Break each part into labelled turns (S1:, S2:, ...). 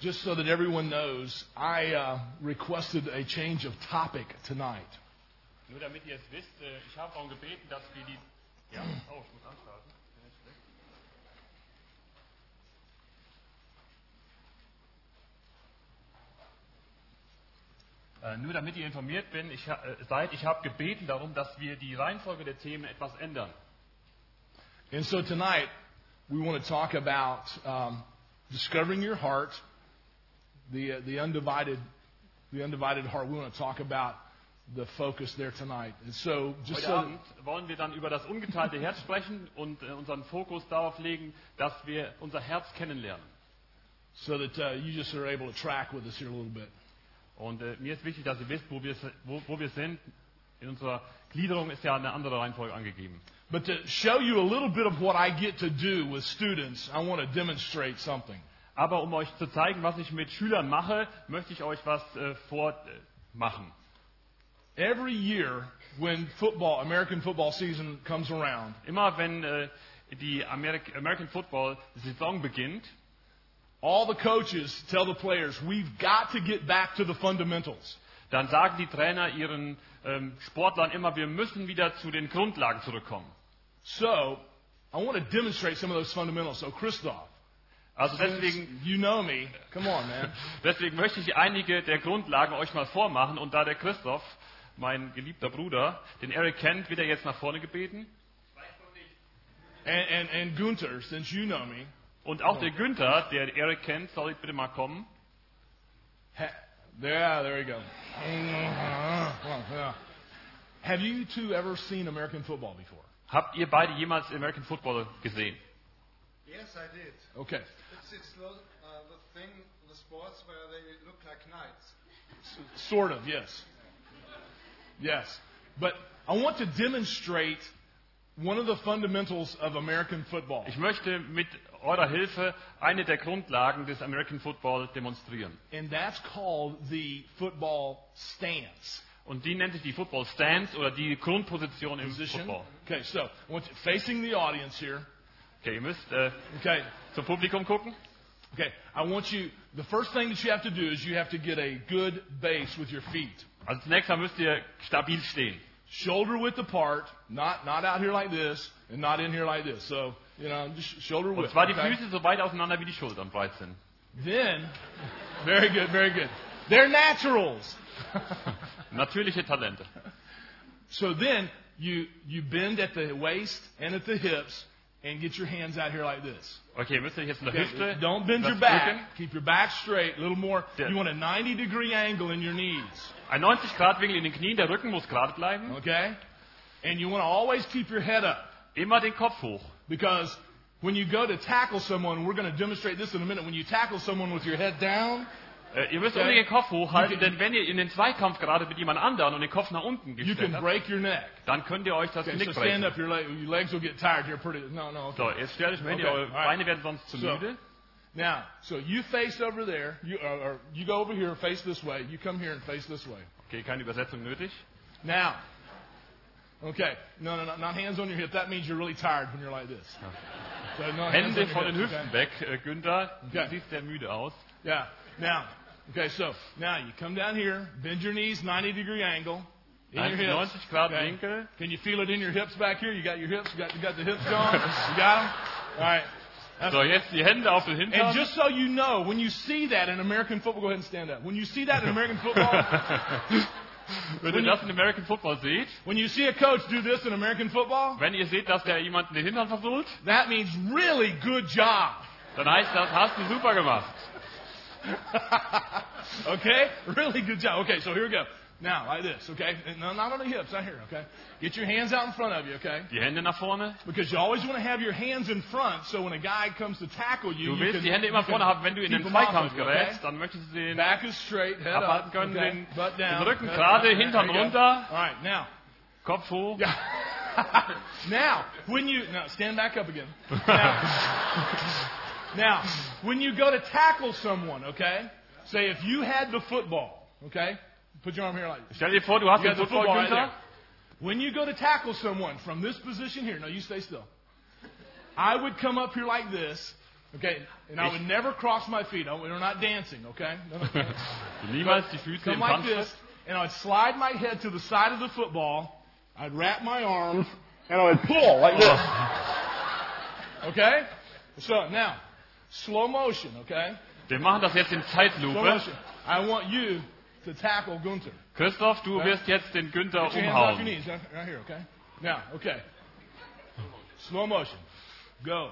S1: just so that everyone knows, I uh, requested a change of topic tonight.
S2: Nur damit ihr es wisst, äh, ich habe darum gebeten, dass wir die. Ja, oh, ich muss anstarten. Bin jetzt schlecht. Äh, Nur damit ihr informiert bin, ich, ha- äh, seid, ich habe gebeten darum, dass wir die Reihenfolge der Themen etwas ändern.
S1: And so tonight, we want to talk about um, discovering your heart, the, uh, the, undivided, the undivided heart. We want to talk about the focus there tonight. And so, just
S2: Heute
S1: so that-
S2: Abend wollen wir dann über das ungeteilte Herz sprechen und äh, unseren Fokus darauf legen, dass wir unser Herz kennenlernen.
S1: so that uh, you just are able to track with us here a little bit.
S2: Und äh, mir ist wichtig, dass ihr wisst, wo wir, wo, wo wir sind. In unserer Gliederung ist ja eine andere Reihenfolge angegeben.
S1: But to show you a little bit of what I get to do with students, I want to demonstrate something.
S2: Aber um euch zu zeigen, was ich mit Schülern mache, möchte ich euch was äh, vormachen.
S1: Every year, when football, American football season comes around,
S2: Immer wenn äh, die Amerik American Football Saison beginnt,
S1: all the coaches tell the players, we've got to get back to the fundamentals.
S2: dann sagen die Trainer ihren ähm, Sportlern immer, wir müssen wieder zu den Grundlagen zurückkommen.
S1: So, I want to demonstrate some of those fundamentals. So, Christoph,
S2: Also
S1: since
S2: deswegen,
S1: you know me. Come on, man.
S2: deswegen möchte ich einige der Grundlagen euch mal vormachen. Und da der Christoph, mein geliebter Bruder, den Eric kennt, wird er jetzt nach vorne gebeten.
S1: And, and, and Gunther, since you know me,
S2: Und
S1: Genau.
S2: auch der Günther, der Eric kennt, soll bitte mal kommen.
S1: ha- yeah, there you go. Yeah. Have you two ever seen American football before?
S2: Habt ihr beide jemals American Football gesehen?
S3: Yes, I did.
S1: Okay.
S3: It's, it's lo- uh, the thing, the sports where they look like knights.
S1: Sort of, yes. Yes. But I want to demonstrate one of the fundamentals of American football.
S2: Ich möchte mit eurer Hilfe eine der Grundlagen des American Football demonstrieren.
S1: And that's called the football stance.
S2: Und die nennt sich die Football Stance oder die Grundposition im Football.
S1: Okay, so I want you- facing the audience here.
S2: Okay, ihr müsst äh,
S1: Okay.
S2: zum Publikum gucken.
S1: Okay. I want you the first thing that you have to do is you have to get a good base with your feet.
S2: Also zunächst mal müsst ihr stabil stehen.
S1: Shoulder width apart, not not out here like this and not in here like this. So, you know, just shoulder
S2: Und
S1: width.
S2: zwar die
S1: okay?
S2: Füße so weit auseinander, wie die Schultern breit sind.
S1: Then, very good, very good. They're naturals.
S2: Natürliche Talente.
S1: So then you you bend at the waist and at the hips and get your hands out here like this.
S2: Okay, ihr müsst euch jetzt in der
S1: Okay,
S2: Hüfte
S1: Don't bend
S2: das
S1: your back.
S2: drücken.
S1: Keep your back straight. A little more.
S2: Yeah.
S1: You want a 90 degree angle in your knees.
S2: Ein 90 Grad Winkel in den Knien, der Rücken muss gerade bleiben.
S1: Okay? And you want to always keep your head up
S2: Immer den Kopf hoch.
S1: because when you go to tackle someone, we're going to demonstrate this in a minute. When you tackle someone with your head down,
S2: Äh, ihr müsst
S1: Okay.
S2: unbedingt den Kopf hochhalten,
S1: You can-
S2: denn wenn ihr in den Zweikampf gerade mit jemand anderem und den Kopf nach unten
S1: you
S2: gestellt
S1: can
S2: habt,
S1: break your neck.
S2: dann könnt ihr euch das
S1: Okay, so
S2: Genick
S1: stand
S2: brechen.
S1: up. Your, leg, your legs will get tired here pretty. No, no. Okay.
S2: So, jetzt stellt euch mal hin,
S1: Okay,
S2: eure
S1: alright.
S2: Beine werden sonst zu
S1: So.
S2: müde.
S1: Now, so you face over there. You, or, or you go over here, face this way. You come here and face this way.
S2: Okay, keine Übersetzung nötig.
S1: Now, okay, no, no, no, not hands on your hip. That means you're really tired when you're like this. So no hands on
S2: Hände
S1: your
S2: von den
S1: hips,
S2: Hüften
S1: okay?
S2: weg, äh, Günther.
S1: Okay.
S2: Du siehst sehr müde aus.
S1: Yeah. Now, okay, so now you come down here, bend your knees 90 degree angle in your hips.
S2: 90 Grad
S1: okay?
S2: Winkel.
S1: Can you feel it in your hips back here? You got your hips, you got, you got the hips going. you got them. All right. That's-
S2: So, jetzt die Hände auf den
S1: and
S2: Hintern.
S1: just so you know, when you see that in American football, go ahead and stand up. When you see that in American football,
S2: Wenn ihr das in American Football seht,
S1: when you see a coach do this in American football,
S2: wenn ihr seht, dass der jemanden den Hintern versucht,
S1: that means really good job.
S2: dann heißt das, hast du super gemacht.
S1: okay? Really good job. Okay, so here we go. Now, like this, okay? And No, not on the hips, not here, okay? Get your hands out in front of you, okay?
S2: Die Hände nach vorne.
S1: Because you always want to have your hands in front so when a guy comes to tackle you,
S2: Du
S1: you
S2: willst
S1: can,
S2: die Hände immer
S1: you can
S2: vorne haben, wenn du in
S1: keep
S2: den
S1: 'em off
S2: Zweikampf
S1: of you, okay?
S2: gerätst, dann möchtest du den
S1: Back is straight, head
S2: Abhalten
S1: up,
S2: können,
S1: okay?
S2: den-
S1: butt
S2: den
S1: down.
S2: Rücken
S1: okay,
S2: gerade,
S1: okay,
S2: Hintern
S1: there you go.
S2: runter.
S1: All right, now.
S2: Kopf hoch.
S1: Yeah. now, when you now stand back up again. Now, now, when you go to tackle someone, okay? Say if you had the football, okay? Put your arm here like this.
S2: Stell dir also vor, du hast
S1: You got
S2: den
S1: the football
S2: Football,
S1: right there.
S2: Günther.
S1: When you go to tackle someone from this position here, no, you stay still. I would come up here like this, Okay, and I would never cross my feet. I, we're not dancing, okay? No, no.
S2: Niemals die Füße
S1: Come
S2: im
S1: like
S2: Tanz.
S1: this, and I would slide my head to the side of the football. I'd wrap my arms, and I would pull like this. Okay? So now, slow motion, okay?
S2: Wir machen das jetzt in
S1: Slow
S2: Zeitlupe.
S1: motion. I want you to tackle Gunter.
S2: Christoph, du wirst jetzt den Günther
S1: Put your hands off your
S2: umhauen.
S1: knees, right, right here, okay? Now, okay. Slow motion. Go.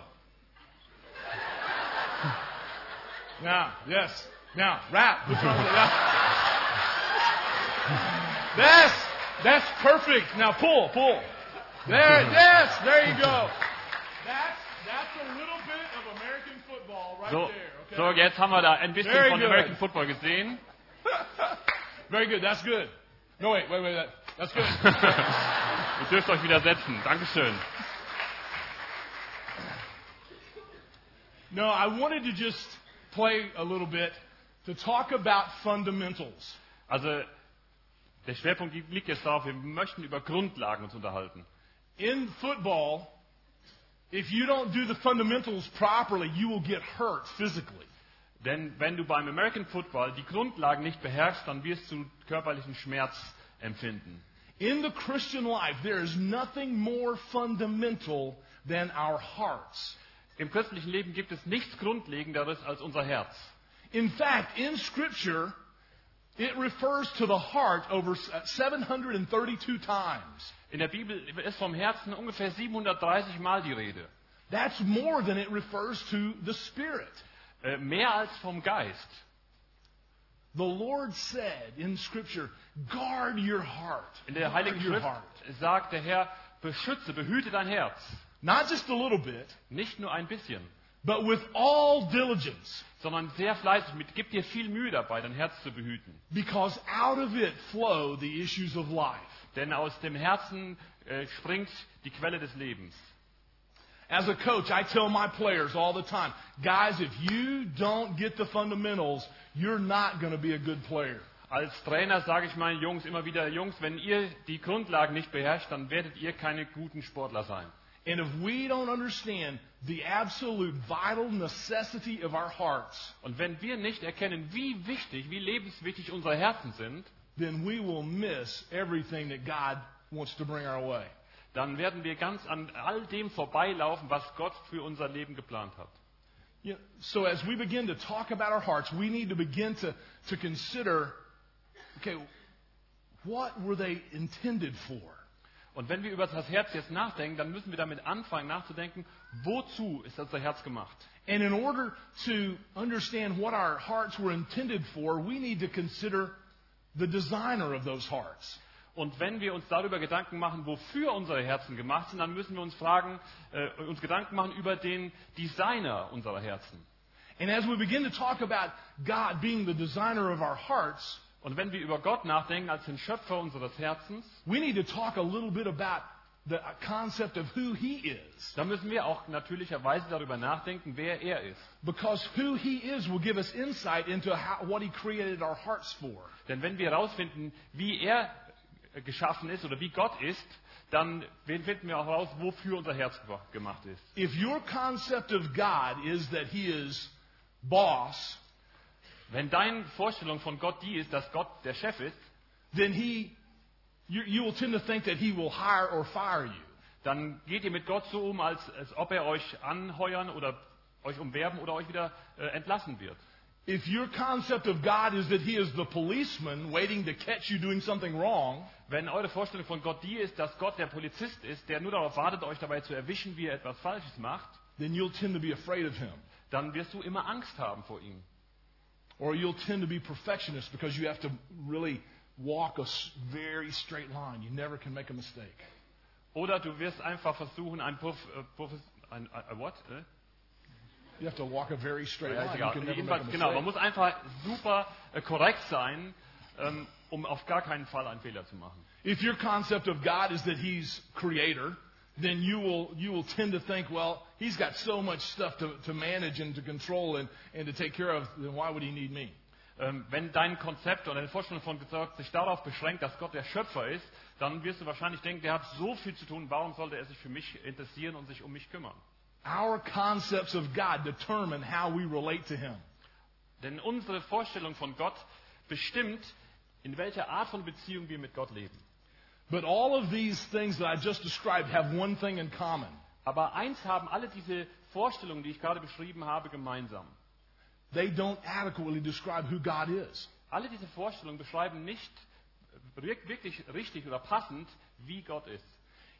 S1: Now, yes. Now, wrap. What's wrong with it? Now- Yes, that's perfect. Now pull, pull. There, yes, there you go. That's that's a little bit of American football right
S2: So,
S1: there.
S2: so,
S1: Okay.
S2: jetzt haben wir da ein bisschen
S1: Very
S2: von
S1: good.
S2: American Football gesehen.
S1: Very good. That's good. No, wait, wait, wait. That, that's good.
S2: Ihr dürft euch wieder setzen. Dankeschön.
S1: No, I wanted to just play a little bit to talk about fundamentals.
S2: Also, der Schwerpunkt liegt jetzt darauf, wir möchten über Grundlagen uns unterhalten.
S1: In football, if you don't do the fundamentals properly, you will get hurt physically.
S2: Denn wenn du beim American Football die Grundlagen nicht beherrschst, dann wirst du körperlichen Schmerz empfinden.
S1: In the Christian life, there is nothing more fundamental than our hearts.
S2: Im christlichen Leben gibt es nichts Grundlegenderes als unser Herz.
S1: In fact, in Scripture, it refers to the heart over uh, 732 times.
S2: In der Bibel ist vom Herzen ungefähr 730 Mal die Rede.
S1: That's more than it refers to the spirit.
S2: Äh, mehr als vom Geist.
S1: The Lord said in Scripture, guard your heart.
S2: In der Heiligen
S1: guard your
S2: Schrift
S1: heart.
S2: sagt der Herr, beschütze, behüte dein Herz.
S1: Not just a little bit,
S2: Nicht nur ein bisschen,
S1: but with all diligence,
S2: sondern sehr fleißig. Mit, gib dir viel Mühe dabei, dein Herz zu behüten.
S1: because out of it flow the issues of life.
S2: Denn aus dem Herzen äh, springt die Quelle des Lebens.
S1: As a coach, I tell my players all the time, guys, if you don't get the fundamentals, you're not going to be a good player.
S2: Als Trainer sage ich meinen Jungs immer wieder, Jungs, wenn ihr die Grundlagen nicht beherrscht, dann werdet ihr keine guten Sportler sein.
S1: And if we don't understand the absolute vital necessity of our hearts,
S2: Und wenn wir nicht erkennen, wie wichtig, wie lebenswichtig unsere Herzen sind,
S1: then we will miss everything that God wants to bring our way.
S2: dann werden wir ganz an all dem vorbeilaufen, was Gott für unser Leben geplant hat.
S1: You know, so as we begin to talk about our hearts, we need to begin to, to consider, okay, what were they intended for?
S2: Und wenn wir über das Herz jetzt nachdenken, dann müssen wir damit anfangen nachzudenken, wozu ist unser Herz gemacht?
S1: And in order to understand what our hearts were intended for, we need to consider the designer of those hearts.
S2: Und wenn wir uns darüber Gedanken machen, wofür unsere Herzen gemacht sind, dann müssen wir uns fragen, äh, uns Gedanken machen über den Designer unserer Herzen.
S1: And as we begin to talk about God being the designer of our hearts,
S2: Und wenn wir über Gott nachdenken als den Schöpfer unseres Herzens,
S1: we need to talk a little bit about the concept of who He is.
S2: dann müssen wir auch natürlicherweise darüber nachdenken, wer er ist.
S1: Because who He is will give us insight into how, what He created our hearts for.
S2: Denn wenn wir herausfinden, wie er äh, geschaffen ist oder wie Gott ist, dann finden wir auch heraus, wofür unser Herz gewa- gemacht ist.
S1: If your concept of God is that He is boss,
S2: Wenn deine Vorstellung von Gott die ist, dass Gott der Chef ist,
S1: then He, you, you will tend to think that He will hire or fire you.
S2: dann geht ihr mit Gott so um, als, als ob er euch anheuern oder euch umwerben oder euch wieder äh, entlassen wird.
S1: If your concept of God is that He is the policeman waiting to catch you doing something wrong,
S2: Wenn eure Vorstellung von Gott die ist, dass Gott der Polizist ist, der nur darauf wartet, euch dabei zu erwischen, wie ihr etwas Falsches macht,
S1: then you'll tend to be afraid of Him.
S2: dann wirst du immer Angst haben vor ihm.
S1: Or you'll tend to be perfectionist because you have to really walk a s- very straight line. You never can make a mistake.
S2: Oder du wirst einfach versuchen, ein Puff, äh, Puff, ein, ein, ein what? Äh?
S1: You have to walk a very straight
S2: Ja, ist
S1: line. You
S2: egal.
S1: can never make a
S2: Jedenfalls, genau,
S1: mistake.
S2: man muss einfach super äh, korrekt sein, ähm, um auf gar keinen Fall einen Fehler zu machen.
S1: If your concept of God is that He's creator, then you will, you will tend to think, well, He's got so much stuff to, to manage and to control and, and to take care of, then why would He need me?
S2: Ähm, wenn dein Konzept oder deine Vorstellung von Gott sich darauf beschränkt, dass Gott der Schöpfer ist, dann wirst du wahrscheinlich denken, der hat so viel zu tun, warum sollte er sich für mich interessieren und sich um mich kümmern?
S1: Our concepts of God determine how we relate to Him.
S2: Denn unsere Vorstellung von Gott bestimmt, in welcher Art von Beziehung wir mit Gott leben.
S1: But all of these things that I just described have one thing in common
S2: Aber eins haben alle diese Vorstellungen, die ich gerade beschrieben habe, gemeinsam.
S1: they don't adequately describe who God is.
S2: Alle diese Vorstellungen beschreiben nicht wirk- wirklich richtig oder passend, wie Gott ist.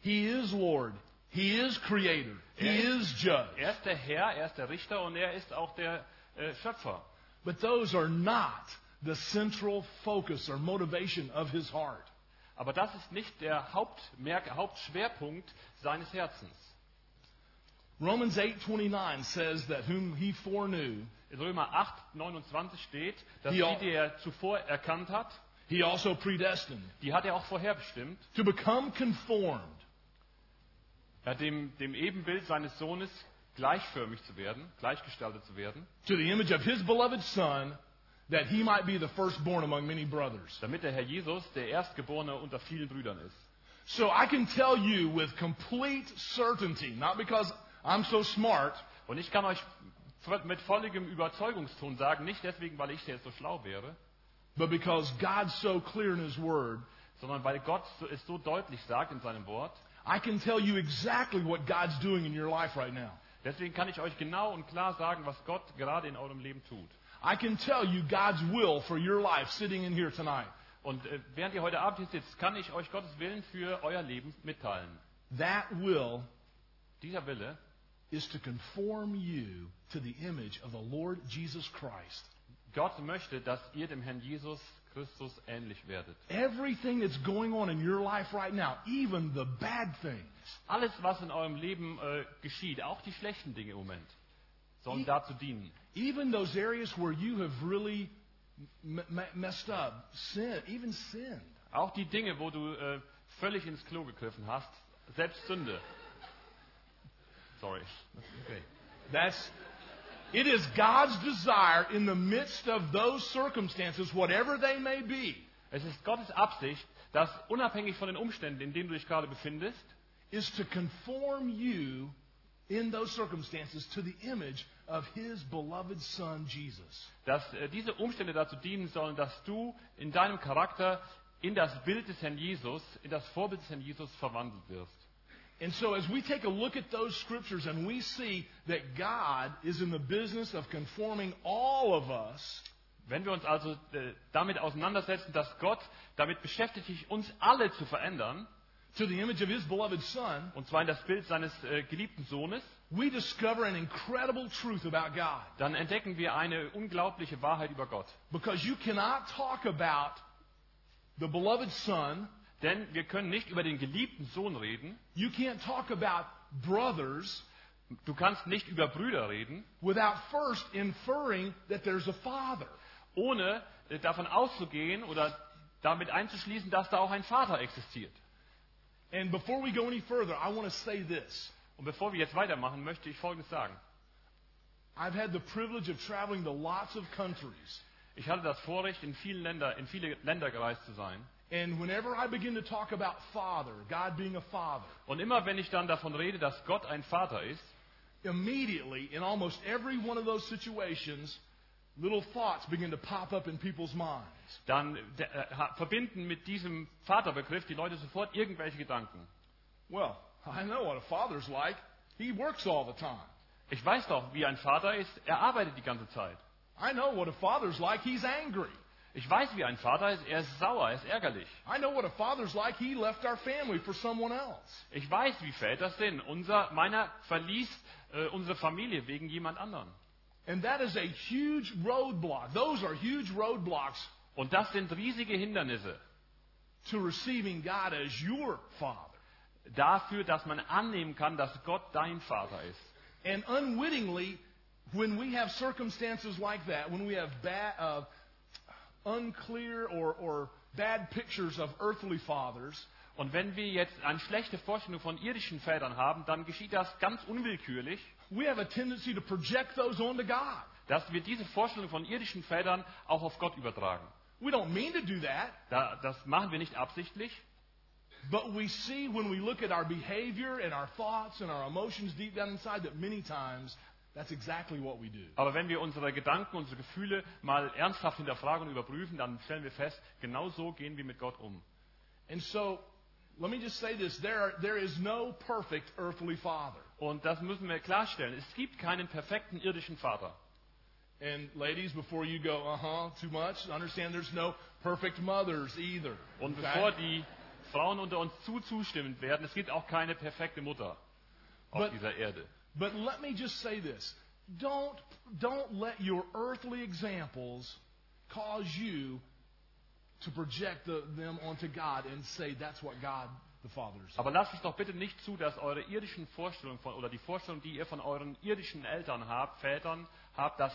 S1: He is Lord, He is Creator, He
S2: Yeah.
S1: is Judge.
S2: Er ist der Herr, er ist der Richter und er ist auch der äh, Schöpfer.
S1: But those are not the central focus or motivation of His heart.
S2: Aber das ist nicht der Hauptmerk Hauptschwerpunkt seines Herzens.
S1: Romans 8:29 says that whom he foreknew,
S2: In Römer 8, 29 steht, dass
S1: Ja.
S2: die, die er zuvor erkannt hat,
S1: he also predestined
S2: die hat er auch vorherbestimmt,
S1: to become conformed
S2: ja, äh, dem, dem Ebenbild seines Sohnes gleichförmig zu werden, gleichgestaltet zu werden,
S1: to the image of his beloved son that he might be the firstborn among many brothers.
S2: damit der Herr Jesus der Erstgeborene unter vielen Brüdern ist.
S1: So I can tell you with complete certainty, not because I'm so smart,
S2: Und ich kann euch vo- mit volligem Überzeugungston sagen, nicht deswegen, weil ich jetzt so schlau wäre,
S1: but because God's so clear in his word,
S2: sondern weil Gott so- es so deutlich sagt in seinem Wort.
S1: I can tell you exactly what God's doing in your life right now.
S2: Deswegen kann ich euch genau und klar sagen, was Gott gerade in eurem Leben tut.
S1: I can tell you God's will for your life sitting in here tonight.
S2: Und äh, während ihr heute Abend hier sitzt, kann ich euch Gottes Willen für euer Leben mitteilen.
S1: That will
S2: Dieser Wille
S1: is to conform you to the image of the Lord Jesus Christ.
S2: Gott möchte, dass ihr dem Herrn Jesus Christus ähnlich werdet.
S1: Everything that's going on in your life right now, even the bad things,
S2: Alles, was in eurem Leben äh, geschieht, auch die schlechten Dinge im Moment, sollen
S1: Ich-
S2: dazu dienen.
S1: even those areas where you have really m- m- messed up, sin, even sinned,
S2: Auch die Dinge, wo du äh, völlig ins Klo gegriffen hast, selbst Sünde. Sorry.
S1: okay. That's it is God's desire in the midst of those circumstances, whatever they may be,
S2: Es ist Gottes Absicht, dass unabhängig von den Umständen, in denen du dich gerade befindest,
S1: is to conform you in those circumstances to the image of his beloved son Jesus.
S2: dass äh, diese Umstände dazu dienen sollen, dass du in deinem Charakter in das Bild des Herrn Jesus, in das Vorbild des Herrn Jesus verwandelt wirst.
S1: And so, as we take a look at those scriptures and we see that God is in the business of conforming all of us
S2: Wenn wir uns also äh, damit auseinandersetzen, dass Gott damit beschäftigt sich, uns alle zu verändern,
S1: to the image of His beloved Son,
S2: und zwar in das Bild seines äh, geliebten Sohnes,
S1: we discover an incredible truth about God.
S2: dann entdecken wir eine unglaubliche Wahrheit über Gott.
S1: Because you cannot talk about the beloved Son,
S2: Denn wir können nicht über den geliebten Sohn reden,
S1: you can't talk about brothers
S2: du kannst nicht über Brüder reden,
S1: without first inferring that there's a Father.
S2: ohne äh, davon auszugehen oder damit einzuschließen, dass da auch ein Vater existiert.
S1: And before we go any further, I want to say this.
S2: Und bevor wir jetzt weitermachen, möchte ich Folgendes sagen.
S1: I've had the privilege of traveling to lots of countries.
S2: Ich hatte das Vorrecht, in, vielen Länder, in viele Länder gereist zu sein.
S1: And whenever I begin to talk about Father, God being a Father,
S2: Und immer wenn ich dann davon rede, dass Gott ein Vater ist,
S1: immediately in almost every one of those situations, little thoughts begin to pop up in people's minds.
S2: dann äh, ha- verbinden mit diesem Vaterbegriff die Leute sofort irgendwelche Gedanken.
S1: Well, I know what a father's like. He works all the time.
S2: Ich weiß doch, wie ein Vater ist, er arbeitet die ganze Zeit.
S1: I know what a father's like. He's angry.
S2: Ich weiß, wie ein Vater ist, er ist sauer, er ist ärgerlich.
S1: I know what a father's like. He left our family for someone else.
S2: Ich weiß, wie Väter sind. Unser, meiner verließ äh, unsere Familie wegen jemand anderen.
S1: And that is a huge roadblock. Those are huge roadblocks
S2: Und das sind riesige Hindernisse
S1: to receiving God as your father.
S2: dafür, dass man annehmen kann, dass Gott dein Vater ist.
S1: And unwittingly, when we have circumstances like that, when we have bad, uh, unclear or, or bad pictures of earthly fathers,
S2: Und wenn wir jetzt eine schlechte Vorstellung von irdischen Vätern haben, dann geschieht das ganz unwillkürlich,
S1: we have a tendency to project those onto God.
S2: dass wir diese Vorstellung von irdischen Vätern auch auf Gott übertragen.
S1: We don't mean to do that,
S2: Da, das machen wir nicht absichtlich,
S1: But we see when we look at our behavior and our thoughts and our emotions deep down inside that many times that's exactly what we do.
S2: Aber wenn wir unsere Gedanken, unsere Gefühle mal ernsthaft hinterfragen und überprüfen, dann stellen wir fest, genau so gehen wir mit Gott um.
S1: And so let me just say this there, are, there is no perfect earthly father.
S2: Und das müssen wir klarstellen. Es gibt keinen perfekten irdischen Vater.
S1: And ladies, before you go, uh huh, too much, understand there's no perfect mothers either.
S2: Und
S1: okay?
S2: bevor die Frauen unter uns zu zustimmend werden, es gibt auch keine perfekte Mutter auf
S1: But-
S2: dieser Erde.
S1: But let me just say this. Don't, don't let your earthly examples cause you to project the, them onto God and say that's what God the Father is.
S2: Aber lasst es doch bitte nicht zu, dass eure irdischen Vorstellungen von, oder die Vorstellungen, die ihr von euren irdischen Eltern habt, Vätern habt, dass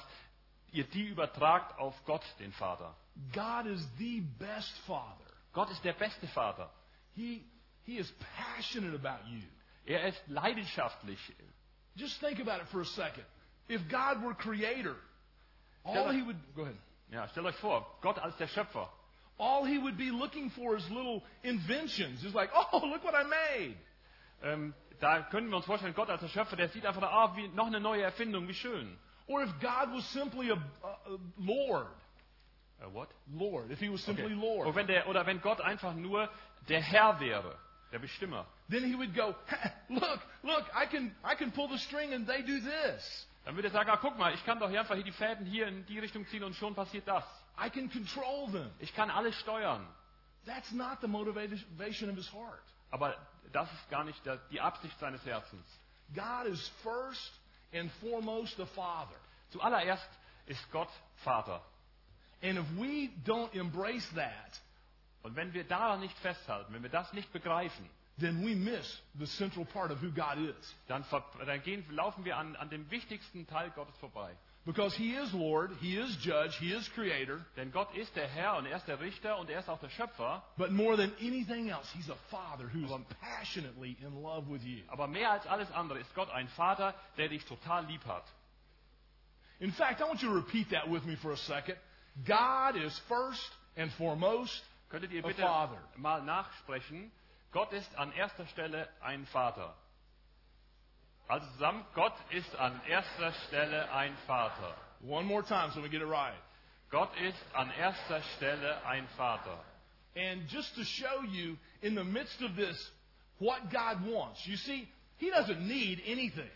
S2: ihr die übertragt auf Gott, den Vater.
S1: God is the best Father.
S2: Gott ist der beste Vater.
S1: He, he is passionate about you.
S2: Er ist leidenschaftlich.
S1: Just think about it for a second. If God were creator, all
S2: Yeah.
S1: he would go ahead.
S2: Ja, stellt euch vor, Gott als der Schöpfer.
S1: All he would be looking for is little inventions. He's like, oh, look what I made.
S2: Ähm, da können wir uns vorstellen, Gott als der Schöpfer, der sieht einfach, ah, wie, noch eine neue Erfindung, wie schön.
S1: Or if God was simply a, a, a Lord,
S2: Äh, what?
S1: Lord, if he was simply
S2: Okay.
S1: Lord,
S2: Und wenn der, oder wenn Gott einfach nur der Herr wäre, der Bestimmer,
S1: then he would go, look, look, I can, I can pull the string and they do this.
S2: dann würde er sagen, ah, guck mal, ich kann doch hier einfach hier die Fäden hier in die Richtung ziehen und schon passiert das.
S1: I can control them.
S2: Ich kann alles steuern.
S1: That's not the motivation of his heart.
S2: Aber das ist gar nicht der- die Absicht seines Herzens.
S1: God is first and foremost the Father.
S2: Zuallererst ist Gott Vater.
S1: And if we don't embrace that,
S2: Und wenn wir daran nicht festhalten, wenn wir das nicht begreifen,
S1: then we miss the central part of who God is.
S2: dann, ver- dann gehen, laufen wir an, an dem wichtigsten Teil Gottes vorbei.
S1: Because he is Lord, he is judge, he is creator,
S2: Denn Gott ist der Herr und er ist der Richter und er ist auch der Schöpfer.
S1: but more than anything else, he's a Father who's passionately in love with you.
S2: Aber mehr als alles andere ist Gott ein Vater, der dich total lieb hat.
S1: In fact, I want you to repeat that with me for a second. God is first and foremost.
S2: Könntet ihr
S1: A
S2: bitte
S1: father.
S2: mal nachsprechen? Gott ist an erster Stelle ein Vater. Also zusammen, Gott ist an erster Stelle ein Vater.
S1: One more time so we get it right.
S2: Gott ist an erster Stelle ein Vater.
S1: And just to show you, in the midst of this, what God wants. You see, He doesn't need anything,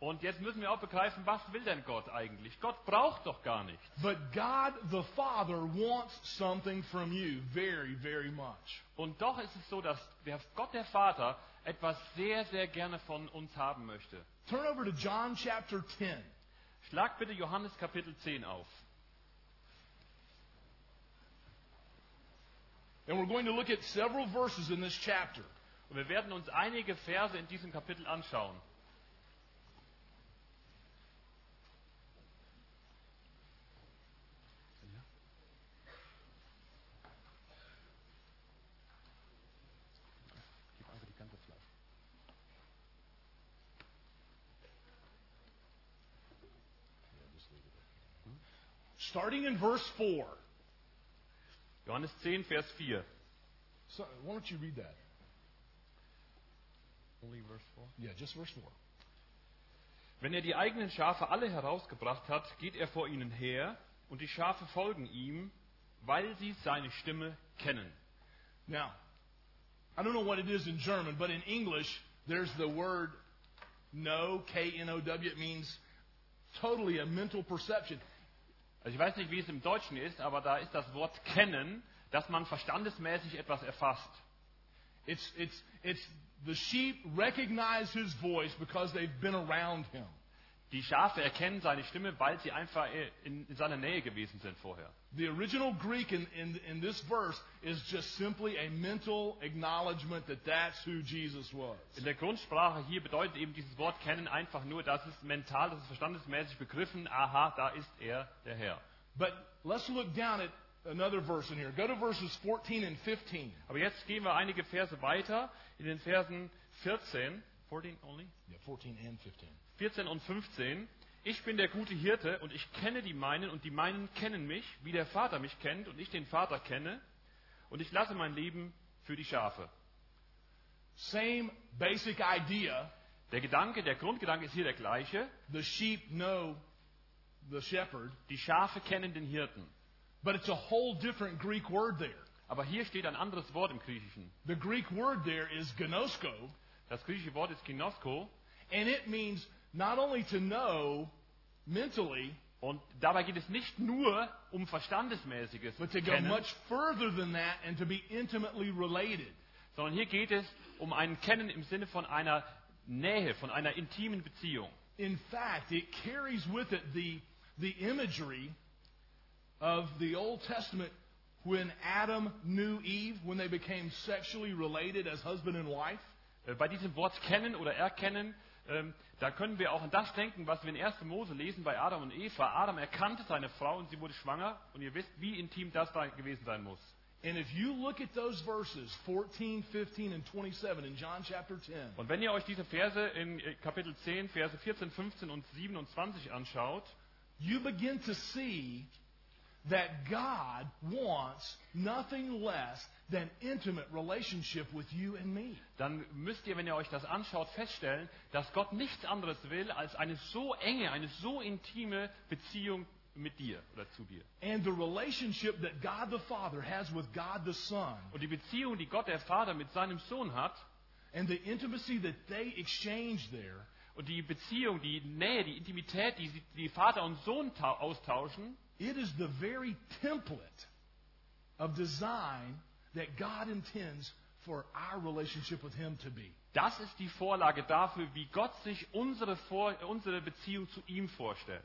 S2: Und jetzt müssen wir auch begreifen, was will denn Gott eigentlich? Gott braucht doch gar nichts.
S1: but God the Father wants something from you very, very much.
S2: Und doch ist es so, dass der Gott der Vater etwas sehr, sehr gerne von uns haben möchte.
S1: Turn over to John chapter 10.
S2: Schlag bitte Johannes Kapitel 10 auf.
S1: And we're going to look at several verses in this chapter.
S2: Und wir werden uns einige Verse in diesem Kapitel anschauen.
S1: Starting in verse 4.
S2: Johannes 10, Vers 4.
S1: So, why don't you read that?
S2: Only verse 4.
S1: Yeah, just verse 4.
S2: Wenn er die eigenen Schafe alle herausgebracht hat, geht er vor ihnen her, und die Schafe folgen ihm, weil sie seine Stimme kennen.
S1: Now, I don't know what it is in German, but in English, there's the word no, K N O W. It means totally a mental perception.
S2: Also ich weiß nicht, wie es im Deutschen ist, aber da ist das Wort kennen, dass man verstandesmäßig etwas erfasst.
S1: It's, it's, it's the sheep recognize his voice because they've been around him.
S2: Die Schafe erkennen seine Stimme, weil sie einfach in in seiner Nähe gewesen sind vorher.
S1: The original Greek in, in, in this verse is just simply a mental acknowledgement that that's who Jesus was.
S2: In der Grundsprache hier bedeutet eben dieses Wort kennen einfach nur, dass es mental, dass es verstandesmäßig begriffen, aha, da ist er der Herr.
S1: But let's look down at another verse in here. Go to verses 14 and 15.
S2: Aber jetzt gehen wir einige Verse weiter in den Versen 14, 14 only?
S1: Yeah, 14 and 15.
S2: 14 und 15. Ich bin der gute Hirte und ich kenne die meinen und die meinen kennen mich, wie der Vater mich kennt und ich den Vater kenne und ich lasse mein Leben für die Schafe.
S1: Same basic idea.
S2: Der Gedanke, der Grundgedanke ist hier der gleiche.
S1: The sheep know the shepherd,
S2: Die Schafe kennen den Hirten.
S1: but it's a whole different Greek word there.
S2: Aber hier steht ein anderes Wort im Griechischen.
S1: The Greek word there is gnosko,
S2: Das griechische Wort ist ginosko
S1: and it means not only to know mentally,
S2: und dabei geht es nicht nur um verstandesmäßiges
S1: but to go
S2: Kennen,
S1: much further than that and to be intimately related.
S2: sondern hier geht es um ein Kennen im Sinne von einer Nähe, von einer intimen Beziehung.
S1: In fact, it carries with it the, the imagery of the Old Testament when Adam knew Eve, when they became sexually related as husband and wife.
S2: Äh, Bei diesem Wort kennen oder erkennen, ähm, da können wir auch an das denken, was wir in 1. Mose lesen bei Adam und Eva. Adam erkannte seine Frau und sie wurde schwanger und ihr wisst, wie intim das da gewesen sein muss.
S1: And if you look at those verses 14, 15, and 27 in John chapter 10,
S2: Und wenn ihr euch diese Verse in äh, Kapitel 10, Verse 14, 15 und 27 anschaut,
S1: you begin to see that God wants nothing less than intimate relationship with you and me.
S2: dann müsst ihr, wenn ihr euch das anschaut, feststellen, dass Gott nichts anderes will als eine so enge, eine so intime Beziehung mit dir oder zu dir.
S1: And the relationship that God the Father has with God the Son
S2: Und die Beziehung, die Gott der Vater mit seinem Sohn hat,
S1: and the intimacy that they exchange there
S2: und die Beziehung, die Nähe, die Intimität, die, sie- die Vater und Sohn ta- austauschen,
S1: It is the very template of design that God intends for our relationship with Him to be.
S2: das ist die Vorlage dafür, wie Gott sich unsere, Vor äh, unsere Beziehung zu ihm vorstellt.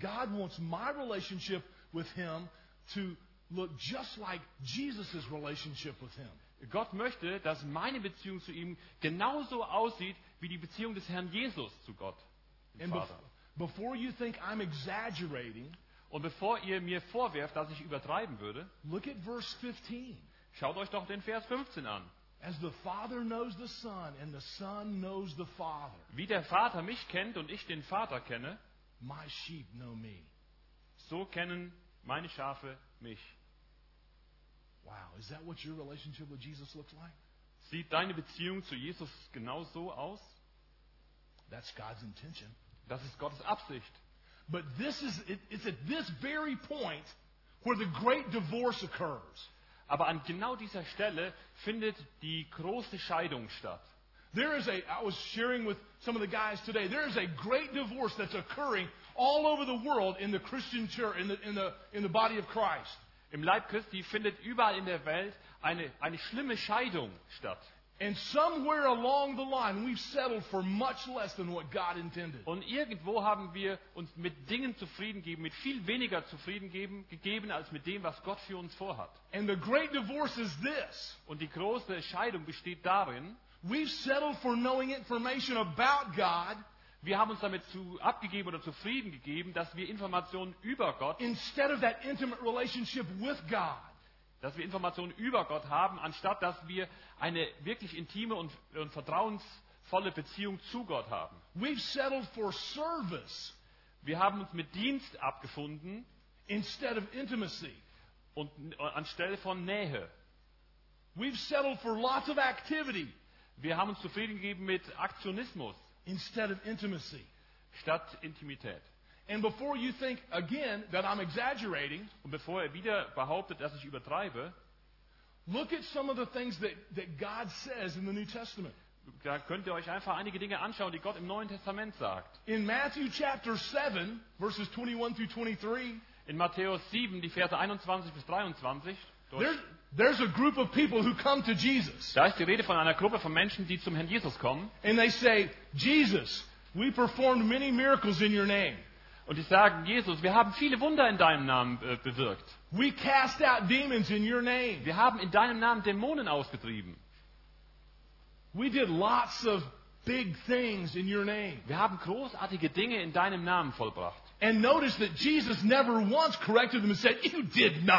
S1: God wants my relationship with Him to look just like Jesus' relationship with Him.
S2: Gott möchte, dass meine Beziehung zu ihm genauso aussieht wie die Beziehung des Herrn Jesus zu Gott. dem
S1: And bef-
S2: Vater.
S1: before you think I'm exaggerating,
S2: Und bevor ihr mir vorwerft, dass ich übertreiben würde,
S1: look at verse 15.
S2: schaut euch doch den Vers 15 an.
S1: As the Father knows the Son, and the Son knows the Father,
S2: Wie der Vater mich kennt und ich den Vater kenne,
S1: my sheep know me.
S2: so kennen meine Schafe mich.
S1: Wow, is that what your relationship with Jesus looks like?
S2: Sieht deine Beziehung zu Jesus genau so aus?
S1: That's God's intention.
S2: Das ist Gottes Absicht.
S1: But this is it, it's at this very point where the great divorce occurs.
S2: Aber an genau dieser Stelle findet die große Scheidung statt.
S1: There is a I was sharing with some of the guys today. There is a great divorce that's occurring all over the world in the Christian church in the in the in the body of Christ.
S2: Im Leib Christi findet überall in der Welt eine, eine schlimme Scheidung statt.
S1: And somewhere along the line, we've settled for much less than what God intended.
S2: Und irgendwo haben wir uns mit Dingen zufrieden gegeben, mit viel weniger zufrieden geben, gegeben, als mit dem, was Gott für uns vorhat.
S1: And the great divorce is this.
S2: Und die große Scheidung besteht darin,
S1: We've settled for knowing information about God
S2: wir haben uns damit zu, abgegeben oder zufrieden gegeben, dass wir Informationen über Gott,
S1: instead of that intimate relationship with God.
S2: dass wir Informationen über Gott haben, anstatt dass wir eine wirklich intime und, und vertrauensvolle Beziehung zu Gott haben.
S1: We've settled for service
S2: Wir haben uns mit Dienst abgefunden
S1: instead of intimacy.
S2: und äh, anstelle von Nähe.
S1: We've settled for lots of activity
S2: Wir haben uns zufrieden gegeben mit Aktionismus
S1: instead of intimacy.
S2: statt Intimität.
S1: And before you think again that I'm exaggerating,
S2: Und bevor er wieder behauptet, dass ich übertreibe,
S1: look at some of the things that, that God says in the New Testament.
S2: da könnt ihr euch einfach einige Dinge anschauen, die Gott im Neuen Testament sagt.
S1: In Matthew chapter 7, verses 21 through 23,
S2: In Matthäus 7, die Verse 21 bis 23, dort-
S1: there's, there's a group of people who come to Jesus
S2: da ist die Rede von einer Gruppe von Menschen, die zum Herrn Jesus kommen.
S1: and they say, Jesus, we performed many miracles in your name.
S2: Und die sagen, Jesus, wir haben viele Wunder in deinem Namen äh, bewirkt.
S1: We cast out demons in your name.
S2: Wir haben in deinem Namen Dämonen ausgetrieben.
S1: We did lots of big things in your name.
S2: Wir haben großartige Dinge in deinem Namen vollbracht.
S1: And notice that Jesus never once corrected them and said, You did not.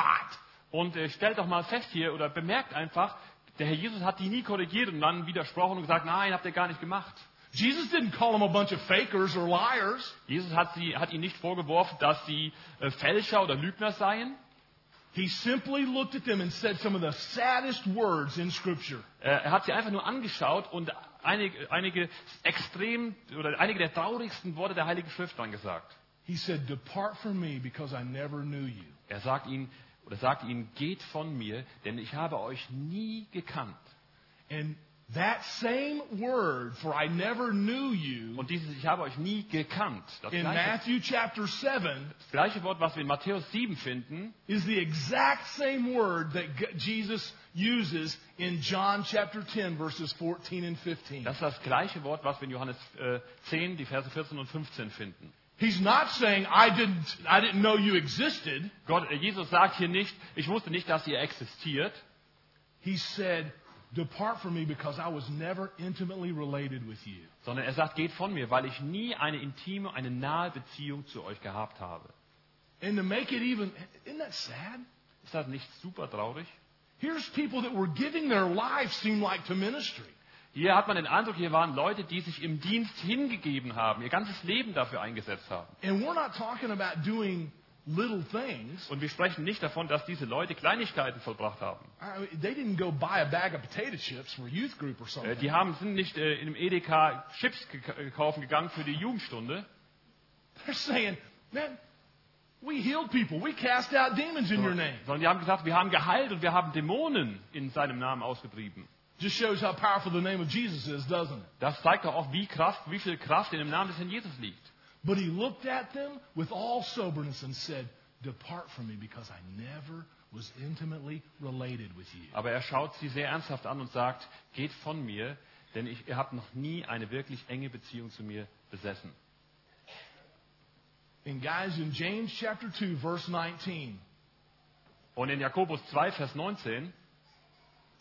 S2: Und äh, stellt doch mal fest hier oder bemerkt einfach, der Herr Jesus hat die nie korrigiert und dann widersprochen und gesagt, nein, habt ihr gar nicht gemacht.
S1: Jesus didn't call them a bunch of fakers or liars.
S2: Jesus hat, sie, hat ihnen nicht vorgeworfen, dass sie äh, Fälscher oder Lügner seien.
S1: He simply looked at them and said some of the saddest words in Scripture.
S2: Äh, Er hat sie einfach nur angeschaut und einige, einige extrem oder einige der traurigsten Worte der Heiligen Schrift angesagt.
S1: He said, Depart from me because I never knew you.
S2: Er sagt ihnen oder sagt ihnen, geht von mir, denn ich habe euch nie gekannt.
S1: And that same word, for I never knew you,
S2: Und dieses Ich habe euch nie gekannt, das
S1: in
S2: gleiche,
S1: Matthew chapter 7
S2: das gleiche Wort, was wir in Matthäus 7 finden,
S1: is the exact same word that G- Jesus uses in John chapter 10, verses 14 and 15.
S2: das ist das gleiche Wort, was wir in Johannes äh, 10, die Verse 14 und 15 finden.
S1: He's not saying, I didn't, I didn't know you existed.
S2: Gott, äh, Jesus sagt hier nicht, ich wusste nicht, dass ihr existiert.
S1: He said, Depart from me because I was never intimately related with you.
S2: sondern er sagt, geht von mir, weil ich nie eine intime, eine nahe Beziehung zu euch gehabt habe.
S1: And to make it even, isn't that sad?
S2: Ist das nicht super traurig?
S1: Here's people that were giving their lives, seem like, to ministry.
S2: Hier hat man den Eindruck, hier waren Leute, die sich im Dienst hingegeben haben, ihr ganzes Leben dafür eingesetzt haben.
S1: And we're not talking about doing little things.
S2: Und wir sprechen nicht davon, dass diese Leute Kleinigkeiten vollbracht haben.
S1: I mean, they didn't go buy a bag of potato chips for a youth group or
S2: Äh,
S1: something.
S2: Die haben, sind nicht äh, in einem Edeka Chips gek- äh, kaufen gegangen für die Jugendstunde,
S1: They're saying, man, we healed people. We cast out demons in your name.
S2: sondern die haben gesagt, wir haben geheilt und wir haben Dämonen in seinem Namen ausgetrieben.
S1: Just shows how powerful the name of Jesus is, doesn't it?
S2: Das zeigt doch auch, wie Kraft, wie viel Kraft in dem Namen des Herrn Jesus liegt.
S1: But he looked at them with all soberness and said, Depart from me because I never was intimately related with you.
S2: Aber er schaut sie sehr ernsthaft an und sagt, geht von mir, denn ich, ihr habt noch nie eine wirklich enge Beziehung zu mir besessen.
S1: And guys, in James chapter 2, verse 19,
S2: Und in Jakobus 2, Vers 19,